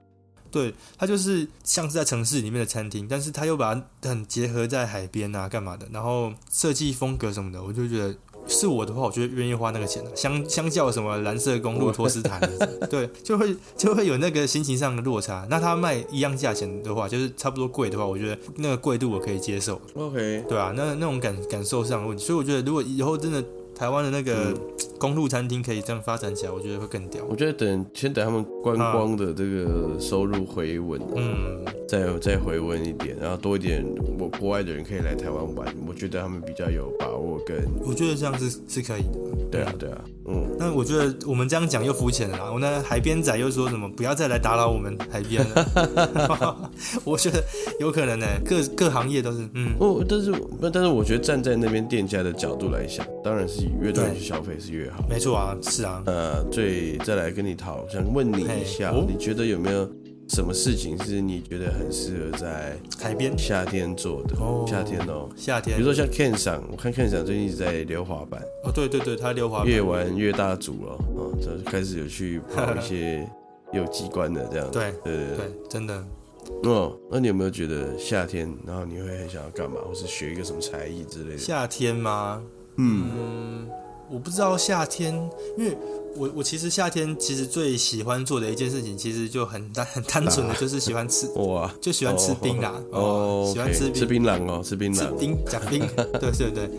Speaker 1: 对，它就是像是在城市里面的餐厅，但是它又把它很结合在海边啊，干嘛的，然后设计风格什么的，我就觉得是我的话，我就愿意花那个钱了、相相较什么蓝色公路、托斯坦，对，就会就会有那个心情上的落差。那它卖一样价钱的话，就是差不多贵的话，我觉得那个贵度我可以接受，
Speaker 2: ，OK，
Speaker 1: 对啊，那那种感感受上的问题，所以我觉得如果以后真的台湾的那个公路餐厅可以这样发展起来，我觉得会更屌。
Speaker 2: 我觉得等先等他们观光的这个收入回稳，
Speaker 1: 嗯，
Speaker 2: 再再回温一点，然后多一点我国外的人可以来台湾玩，我觉得他们比较有把握跟
Speaker 1: 我觉得这样是是可以的。
Speaker 2: 对啊对啊，嗯，
Speaker 1: 那我觉得我们这样讲又肤浅了啦。我那海边仔又说什么不要再来打扰我们海边了。 我觉得有可能呢、各各行业都是，嗯，
Speaker 2: 哦，但是那但是我觉得站在那边店家的角度来想，当然是越多人
Speaker 1: 对
Speaker 2: 去消费是越好。
Speaker 1: 没错啊，是啊，
Speaker 2: 呃，最再来跟你讨，想问你一下，
Speaker 1: 嘿哦
Speaker 2: 你觉得有没有什么事情是你觉得很适合在
Speaker 1: 海边
Speaker 2: 夏天做的？
Speaker 1: 哦
Speaker 2: 夏天哦，
Speaker 1: 夏
Speaker 2: 比
Speaker 1: 天
Speaker 2: 如，说像 Ken 赏，我看 Ken 赏最近一直在溜滑板，
Speaker 1: 哦，对对对，他溜滑板，
Speaker 2: 越玩越大组了，哦，这开始有去跑一些有机关的这样子。
Speaker 1: 对
Speaker 2: 对对
Speaker 1: 对，真的，
Speaker 2: 对。哦，那你有没有觉得夏天，然后你会很想要干嘛，或是学一个什么才艺之类的？
Speaker 1: 夏天吗？
Speaker 2: 嗯，
Speaker 1: 我不知道夏天，因为我我其实夏天其实最喜欢做的一件事情，其实就很单很单纯的，就是喜欢吃，
Speaker 2: 哇，
Speaker 1: 就喜欢吃冰啦，
Speaker 2: 哦，
Speaker 1: 喜欢
Speaker 2: OK，
Speaker 1: 吃
Speaker 2: 吃
Speaker 1: 冰，
Speaker 2: 槟榔哦，吃槟
Speaker 1: 吃
Speaker 2: 榔。
Speaker 1: 冰讲冰，对对对，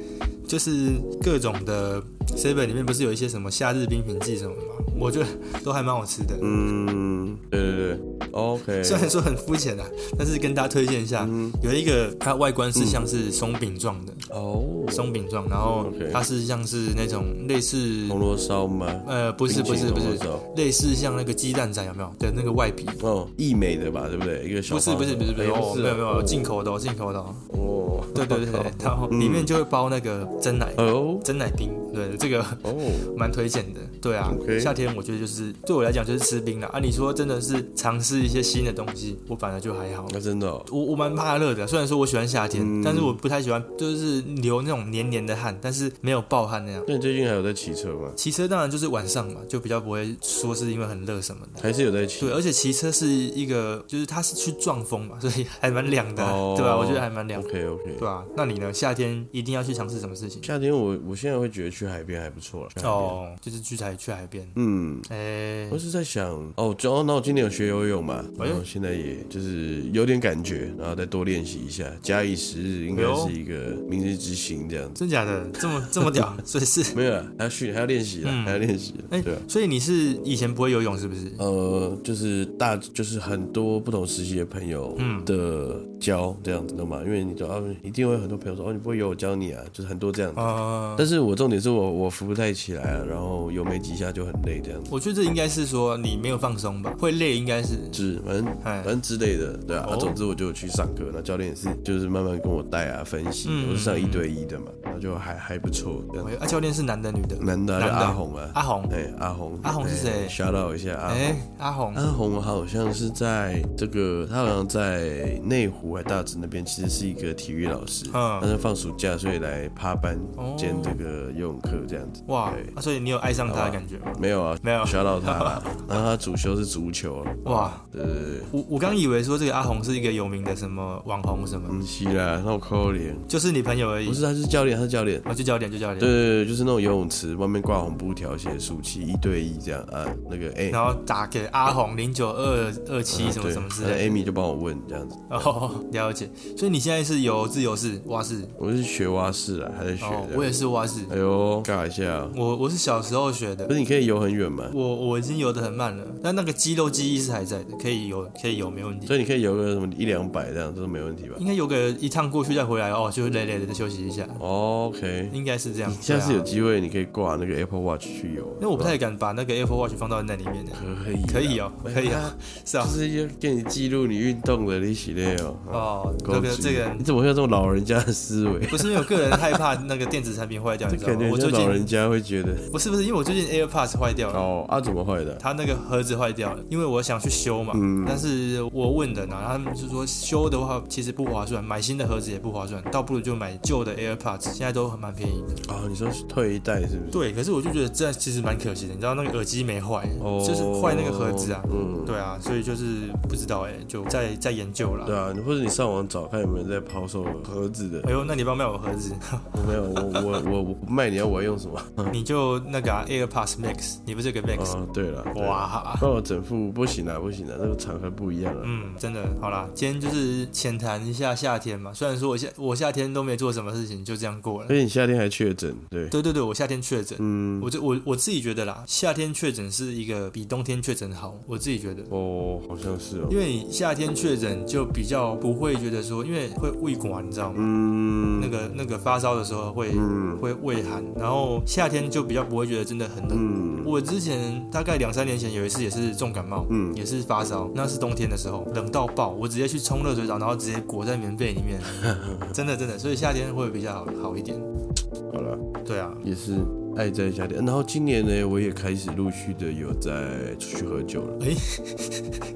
Speaker 1: 就是各种的 seven 里面不是有一些什么夏日冰品季什么的吗？我觉得都还蛮好吃的，
Speaker 2: 嗯，对对对，OK。
Speaker 1: 虽然说很肤浅啊，但是跟大家推荐一下，有一个它外观是像是松饼状的，
Speaker 2: 嗯哦，
Speaker 1: 松饼状，然后
Speaker 2: OK
Speaker 1: 它是像是那种类似
Speaker 2: 铜锣烧吗？
Speaker 1: 呃，不是不
Speaker 2: 冰淇
Speaker 1: 是
Speaker 2: 淋
Speaker 1: 不
Speaker 2: 铜
Speaker 1: 是
Speaker 2: 锣，烧
Speaker 1: 类似像那个鸡蛋仔有没有的那个外皮？
Speaker 2: 哦，益美的吧，对不对？一个小
Speaker 1: 不是不是不是不是，
Speaker 2: 哎
Speaker 1: 哦，没有没有，进
Speaker 2: 口
Speaker 1: 口的哦，进口的哦。
Speaker 2: 哦，
Speaker 1: 对对对对，然后里
Speaker 2: 嗯
Speaker 1: 面就会包那个真奶
Speaker 2: 哎呦
Speaker 1: 真奶冰，对这个
Speaker 2: 哦，
Speaker 1: 蛮推荐的。对啊
Speaker 2: OK，
Speaker 1: 夏天我觉得就是对我来讲就是吃冰了啊。你说真的是尝试一些新的东西，我反而就还好。
Speaker 2: 那真的哦
Speaker 1: 我我蛮怕热的，啊虽然说我喜欢夏天，
Speaker 2: 嗯
Speaker 1: 但是我不太喜欢就是流那种黏黏的汗，但是没有暴汗那样。
Speaker 2: 那你最近还有在骑车吗？
Speaker 1: 骑车当然就是晚上嘛，就比较不会说是因为很热什么的。
Speaker 2: 还是有在骑
Speaker 1: 对，？而且骑车是一个，就是它是去撞风嘛，所以还蛮凉的啊，
Speaker 2: 哦
Speaker 1: 对吧、我觉得还蛮凉，
Speaker 2: OK OK
Speaker 1: 对。吧、啊那你呢？夏天一定要去尝试什么事情？
Speaker 2: 夏天我我现在会觉得去海边还不错啊了。去海边，
Speaker 1: 哦，就是去海去海边。
Speaker 2: 嗯。
Speaker 1: 哎、
Speaker 2: 我是在想，哦，就哦，那我今年有学游泳嘛，
Speaker 1: 哎
Speaker 2: 然后现在也就是有点感觉，然后再多练习一下，假以时日，应该
Speaker 1: 哎呦
Speaker 2: 是一个明日之星这样子。
Speaker 1: 真假的这 么这么屌，所以是
Speaker 2: 没有啦，还要训，还要练习啦，
Speaker 1: 嗯
Speaker 2: 还要练习啦。
Speaker 1: 哎、
Speaker 2: 对啊，
Speaker 1: 所以你是以前不会游泳是不是？
Speaker 2: 呃，就是大，就是很多不同时期的朋友
Speaker 1: 嗯
Speaker 2: 的教这样子的嘛，因为你知道，啊一定会有很多朋友说，哦，你不会游，我教你啊，就是很多这样子。
Speaker 1: 呃，
Speaker 2: 但是我重点是我我扶不太起来啊，然后游没几下就很累这样子，
Speaker 1: 我觉得这应该是说你没有放松吧，会累应该是。
Speaker 2: 是反正
Speaker 1: 哎
Speaker 2: 反正之类的，对啊。
Speaker 1: 哦
Speaker 2: 啊总之我就有去上课，那教练也是就是慢慢跟我带啊分析，
Speaker 1: 嗯
Speaker 2: 我是上一对一的嘛，然后就还还不错这样子。
Speaker 1: 哎啊，教练是男的女的？
Speaker 2: 男的啊
Speaker 1: 男
Speaker 2: 就
Speaker 1: 的
Speaker 2: 阿红啊，
Speaker 1: 阿红，
Speaker 2: 哎阿红，
Speaker 1: 阿红是谁
Speaker 2: ？shout out 一下阿
Speaker 1: 哎、
Speaker 2: 红。啊
Speaker 1: 阿红，
Speaker 2: 安红好像是在这个，他好像在内湖还大直那边，其实是一个体育老师，
Speaker 1: 嗯
Speaker 2: 但是放暑假所以来趴班
Speaker 1: 哦
Speaker 2: 兼这个游泳课这样子。
Speaker 1: 哇
Speaker 2: 对，
Speaker 1: 啊，所以你有爱上他的感觉吗？
Speaker 2: 没有啊，
Speaker 1: 没有
Speaker 2: 小到他 啦。然后他主修是足球，啊
Speaker 1: 哇，
Speaker 2: 对对对，
Speaker 1: 我我刚以为说这个阿红是一个有名的什么网红什么，
Speaker 2: 嗯，是啦，那我扣脸，
Speaker 1: 就是你朋友而已
Speaker 2: 不。是，他是教练，他是教练。
Speaker 1: 啊，就教练，就教练。
Speaker 2: 对对对，就是那种游泳池外面挂红布条写暑期一对一这样啊，那个哎，
Speaker 1: 然后打给阿红零九二二七什么
Speaker 2: 啊对哎
Speaker 1: 什么之
Speaker 2: 然后
Speaker 1: 类的。
Speaker 2: ，Amy 就帮我问这样子，
Speaker 1: 哦，了解。所以你现在是游自由式、蛙式。
Speaker 2: 我是学蛙式啊，还在学
Speaker 1: 哦，
Speaker 2: 这
Speaker 1: 我
Speaker 2: 样。
Speaker 1: 也是蛙式。
Speaker 2: 哎呦，尬一下啊，
Speaker 1: 我我是小时候学的
Speaker 2: 不，是你可以游很远吗？
Speaker 1: 我我已经游得很慢了，但那个肌肉记忆是还在的，可以游，可以游，没问题。
Speaker 2: 所以你可以游个什么一两百这样，这都没问题吧
Speaker 1: 应该游个一趟过去再回来，哦，就累累的再休嗯息一下，
Speaker 2: 哦？OK，
Speaker 1: 应该是这样。
Speaker 2: 下次
Speaker 1: 对
Speaker 2: 有
Speaker 1: 啊，
Speaker 2: 机会你可以挂那个 Apple Watch 去游。
Speaker 1: 那我不太敢把那个 Apple Watch 放到那里面的。
Speaker 2: 可以，
Speaker 1: 可以哦，可以啊，是
Speaker 2: 就
Speaker 1: 啊。
Speaker 2: 是要给你记录你运动的一系列哦。
Speaker 1: 哦，
Speaker 2: 够
Speaker 1: 这个
Speaker 2: 注意
Speaker 1: 这个
Speaker 2: 你怎么会有这种老人家的思维？
Speaker 1: 不是因为我个人害怕那个电子产品坏掉，你知道
Speaker 2: 感
Speaker 1: 吗？
Speaker 2: 觉
Speaker 1: 我
Speaker 2: 像
Speaker 1: 最
Speaker 2: 老
Speaker 1: 近
Speaker 2: 人家会觉得
Speaker 1: 不是不是，因为我最近 AirPods 坏掉了。
Speaker 2: 哦啊，怎么坏的？
Speaker 1: 它那个盒子坏掉了，因为我想去修嘛，
Speaker 2: 嗯
Speaker 1: 但是我问人啊，他们就说修的话其实不划算，买新的盒子也不划算，倒不如就买旧的 AirPods，现在都蛮便宜的。
Speaker 2: 哦，你说是退一代是不是？
Speaker 1: 对，可是我就觉得这样其实蛮可惜的，你知道那个耳机没坏，
Speaker 2: 哦，
Speaker 1: 就是坏那个盒子啊。
Speaker 2: 嗯，
Speaker 1: 对啊，所以就是不知道哎、就在在研究啦。
Speaker 2: 对啊，或者你上网找看有没有在抛售盒子的。
Speaker 1: 哎 呦，那你帮我卖我盒子，
Speaker 2: 我没有，我我我我卖你要我用什么？
Speaker 1: 你就那个、啊、AirPods AirPods Max，你不是有个 Max？、
Speaker 2: 哦，对了，对了，
Speaker 1: 哇，
Speaker 2: 帮我整副不行了，不行了，那个场合不一样了。啊
Speaker 1: 嗯，真的，好啦，今天就是浅谈一下夏天嘛。虽然说我夏我夏天都没做什么事情，就这样过了
Speaker 2: 而。且你夏天还确诊，对，
Speaker 1: 对对对，我夏天确诊，
Speaker 2: 嗯，
Speaker 1: 我就我我自己觉得啦，夏天确诊是一个比冬天确诊好，我自己觉得。
Speaker 2: 哦，好像是哦，
Speaker 1: 因为你夏天确诊就比较不会觉得说，因为会胃管，你知道吗？
Speaker 2: 嗯，
Speaker 1: 那个那个发烧的时候会、
Speaker 2: 嗯
Speaker 1: 会胃寒，然后夏天就比较不会觉得真的很冷。
Speaker 2: 嗯
Speaker 1: 我之前大概两三年前有一次也是重感冒，
Speaker 2: 嗯
Speaker 1: 也是发烧，那是冬天的时候，冷到爆，我直接去冲热水澡，然后直接裹在棉被里 面，真的真的，所以夏天会比较好好一点。
Speaker 2: 好了，
Speaker 1: 对啊，
Speaker 2: 也是爱在夏天。然后今年呢，我也开始陆续的有在出去喝酒了。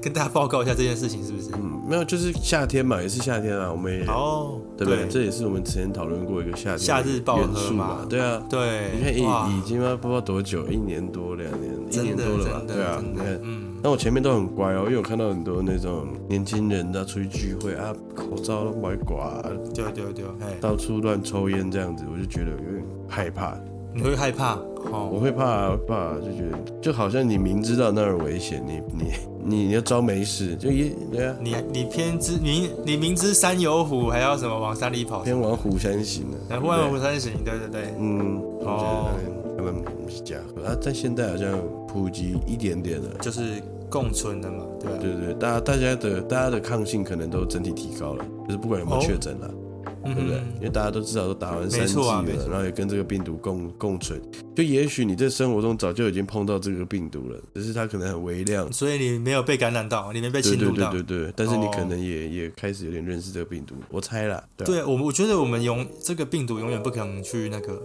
Speaker 1: 跟大家报告一下这件事情是不是？
Speaker 2: 嗯，没有，就是夏天嘛，也是夏天啊，我们也
Speaker 1: 哦，
Speaker 2: 对不对？这也是我们之前讨论过一个夏天
Speaker 1: 夏日暴喝
Speaker 2: 元素嘛
Speaker 1: 嘛，
Speaker 2: 对啊。
Speaker 1: 对，
Speaker 2: 你看
Speaker 1: 哇
Speaker 2: 已已经嘛不知道多久，一年多两年，一
Speaker 1: 真
Speaker 2: 年
Speaker 1: 的
Speaker 2: 多了吧
Speaker 1: 真？的
Speaker 2: 对啊，
Speaker 1: 真
Speaker 2: 你
Speaker 1: 的
Speaker 2: 看，
Speaker 1: 嗯，
Speaker 2: 那我前面都很乖哦，因为我看到很多那种年轻人啊，出去聚会啊，口罩都不爱挂啊、
Speaker 1: 对对对，哎，
Speaker 2: 到处乱抽烟这样子，我就觉得有点害怕。
Speaker 1: 你会害怕
Speaker 2: 我
Speaker 1: 哦，
Speaker 2: 会怕、啊，会怕、啊，就觉得就好像你明知道那儿危险，你你你你要装没事，就也对啊，
Speaker 1: 你你偏知你你明知山有虎，还要什么往山里跑？
Speaker 2: 偏往虎山行了、
Speaker 1: 哎，
Speaker 2: 啊。
Speaker 1: 万
Speaker 2: 对
Speaker 1: 虎山行，对对对，
Speaker 2: 嗯，我
Speaker 1: 哦
Speaker 2: 觉得哎他们是假喝啊，但现在好像普及一点点了。
Speaker 1: 就是共存的嘛，对吧？
Speaker 2: 对对，对大家大家的大家的抗性可能都整体提高了，就是不管有没有
Speaker 1: 哦
Speaker 2: 确诊了、
Speaker 1: 嗯
Speaker 2: 对不对？
Speaker 1: 嗯
Speaker 2: 因为大家都至少都打完三
Speaker 1: 没
Speaker 2: 剂了，
Speaker 1: 错啊没错
Speaker 2: 然后也跟这个病毒共共存。就也许你在生活中早就已经碰到这个病毒了，只是它可能很微量
Speaker 1: 嗯。所以你没有被感染到，你没被
Speaker 2: 对
Speaker 1: 侵
Speaker 2: 对
Speaker 1: 入
Speaker 2: 对
Speaker 1: 到。
Speaker 2: 对对，但是你
Speaker 1: 哦
Speaker 2: 可能也、也开始有点认识这个病毒，我猜啦。对啊
Speaker 1: 对我们，我觉得我们永这个病毒永远不可能去那个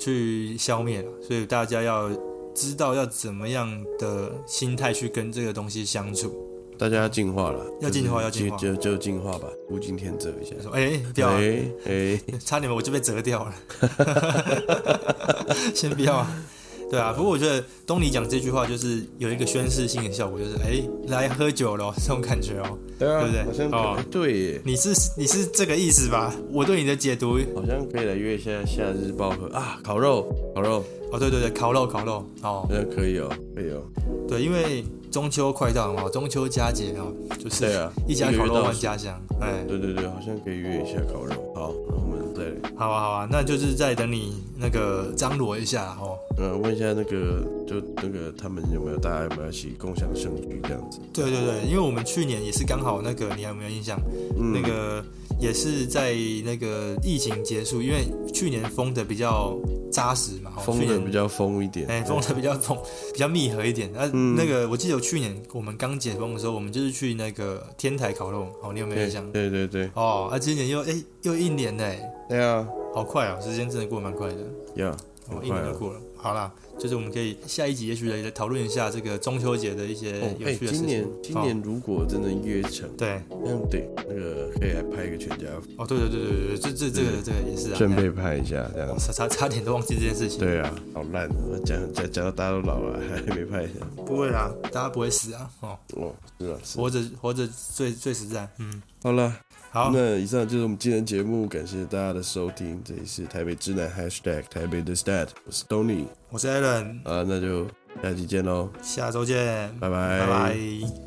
Speaker 1: 去消灭了，所以大家要知道要怎么样的心态去跟这个东西相处。
Speaker 2: 大家要进化了，
Speaker 1: 要进化
Speaker 2: 就是
Speaker 1: 要进化
Speaker 2: 就就就进化吧，物竞天择一下。
Speaker 1: 说，哎，不要啊、
Speaker 2: 哎哎，
Speaker 1: 差点我就被折掉了。 先不要啊，对啊。不过我觉得东尼讲这句话就是有一个宣示性的效果，就是哎、来喝酒咯，这种感觉哦。
Speaker 2: 对
Speaker 1: 对不对
Speaker 2: 好像
Speaker 1: 哦
Speaker 2: 哎对耶，
Speaker 1: 你是你是这个意思吧？我对你的解读，
Speaker 2: 好像可以来约一下夏日暴喝啊，烤肉烤肉，
Speaker 1: 哦，对对对，烤肉烤肉哦
Speaker 2: 好，像可以哦，可以哦。
Speaker 1: 对，因为中秋快到了嘛，中秋佳节啊，就
Speaker 2: 对
Speaker 1: 是
Speaker 2: 啊，
Speaker 1: 一家
Speaker 2: 个
Speaker 1: 烤
Speaker 2: 月
Speaker 1: 肉
Speaker 2: 到
Speaker 1: 万
Speaker 2: 时
Speaker 1: 家香，哎，
Speaker 2: 对对对，好像可以约一下烤肉。好，那我们再
Speaker 1: 好啊好啊，那就是在等你那个张罗一下哦。
Speaker 2: 呃问一下那个，就那个他们有没有大家有没有一起共享盛举这样子？
Speaker 1: 对对对，因为我们去年也是刚好那个，你还有没有印象？
Speaker 2: 嗯
Speaker 1: 那个也是在那个疫情结束，因为去年封的比较扎实嘛，哦
Speaker 2: 封
Speaker 1: 去
Speaker 2: 的
Speaker 1: 年
Speaker 2: 比较疯一点，
Speaker 1: 哎、封的比较封比较密合一点。啊，
Speaker 2: 嗯
Speaker 1: 那个我记得我去年我们刚解封的时候，我们就是去那个天台烤肉，哦，你有没有印象？
Speaker 2: 对对对，
Speaker 1: 哦，啊，今年又哎、又一年嘞，
Speaker 2: 对啊，
Speaker 1: 好快哦，时间真的过得蛮快的。
Speaker 2: 呀，
Speaker 1: 哦，
Speaker 2: 很
Speaker 1: 一
Speaker 2: 快
Speaker 1: 年就
Speaker 2: 啊。
Speaker 1: 过了。好啦，就是我们可以下一集也许来讨论一下这个中秋节的一些
Speaker 2: 哦，
Speaker 1: 有
Speaker 2: 哎，
Speaker 1: 趣的事情。
Speaker 2: 今年今年如果真的约成，
Speaker 1: 对，
Speaker 2: 那样对，那个可以来拍一个全家福，
Speaker 1: 哦，对对对对对，这这这
Speaker 2: 嗯
Speaker 1: 个这个也是啊。
Speaker 2: 顺便拍一下这样
Speaker 1: 哦差
Speaker 2: 子。
Speaker 1: 差差点都忘记这件事情。
Speaker 2: 对啊，好烂啊！讲讲讲到大家都老了，还没拍一下。
Speaker 1: 不会啦，大家不会死啊。哦，
Speaker 2: 哦，是啊，是啊。
Speaker 1: 活着活着最最实在。嗯，
Speaker 2: 好了，
Speaker 1: 好，
Speaker 2: 那以上就是我们今天的节目，感谢大家的收听，这里是台北之南 Hashtag 台北的 Stat，我是 Tony
Speaker 1: 我是 Alan，
Speaker 2: 啊，那就下期见喽，
Speaker 1: 下周见，
Speaker 2: 拜拜
Speaker 1: 拜拜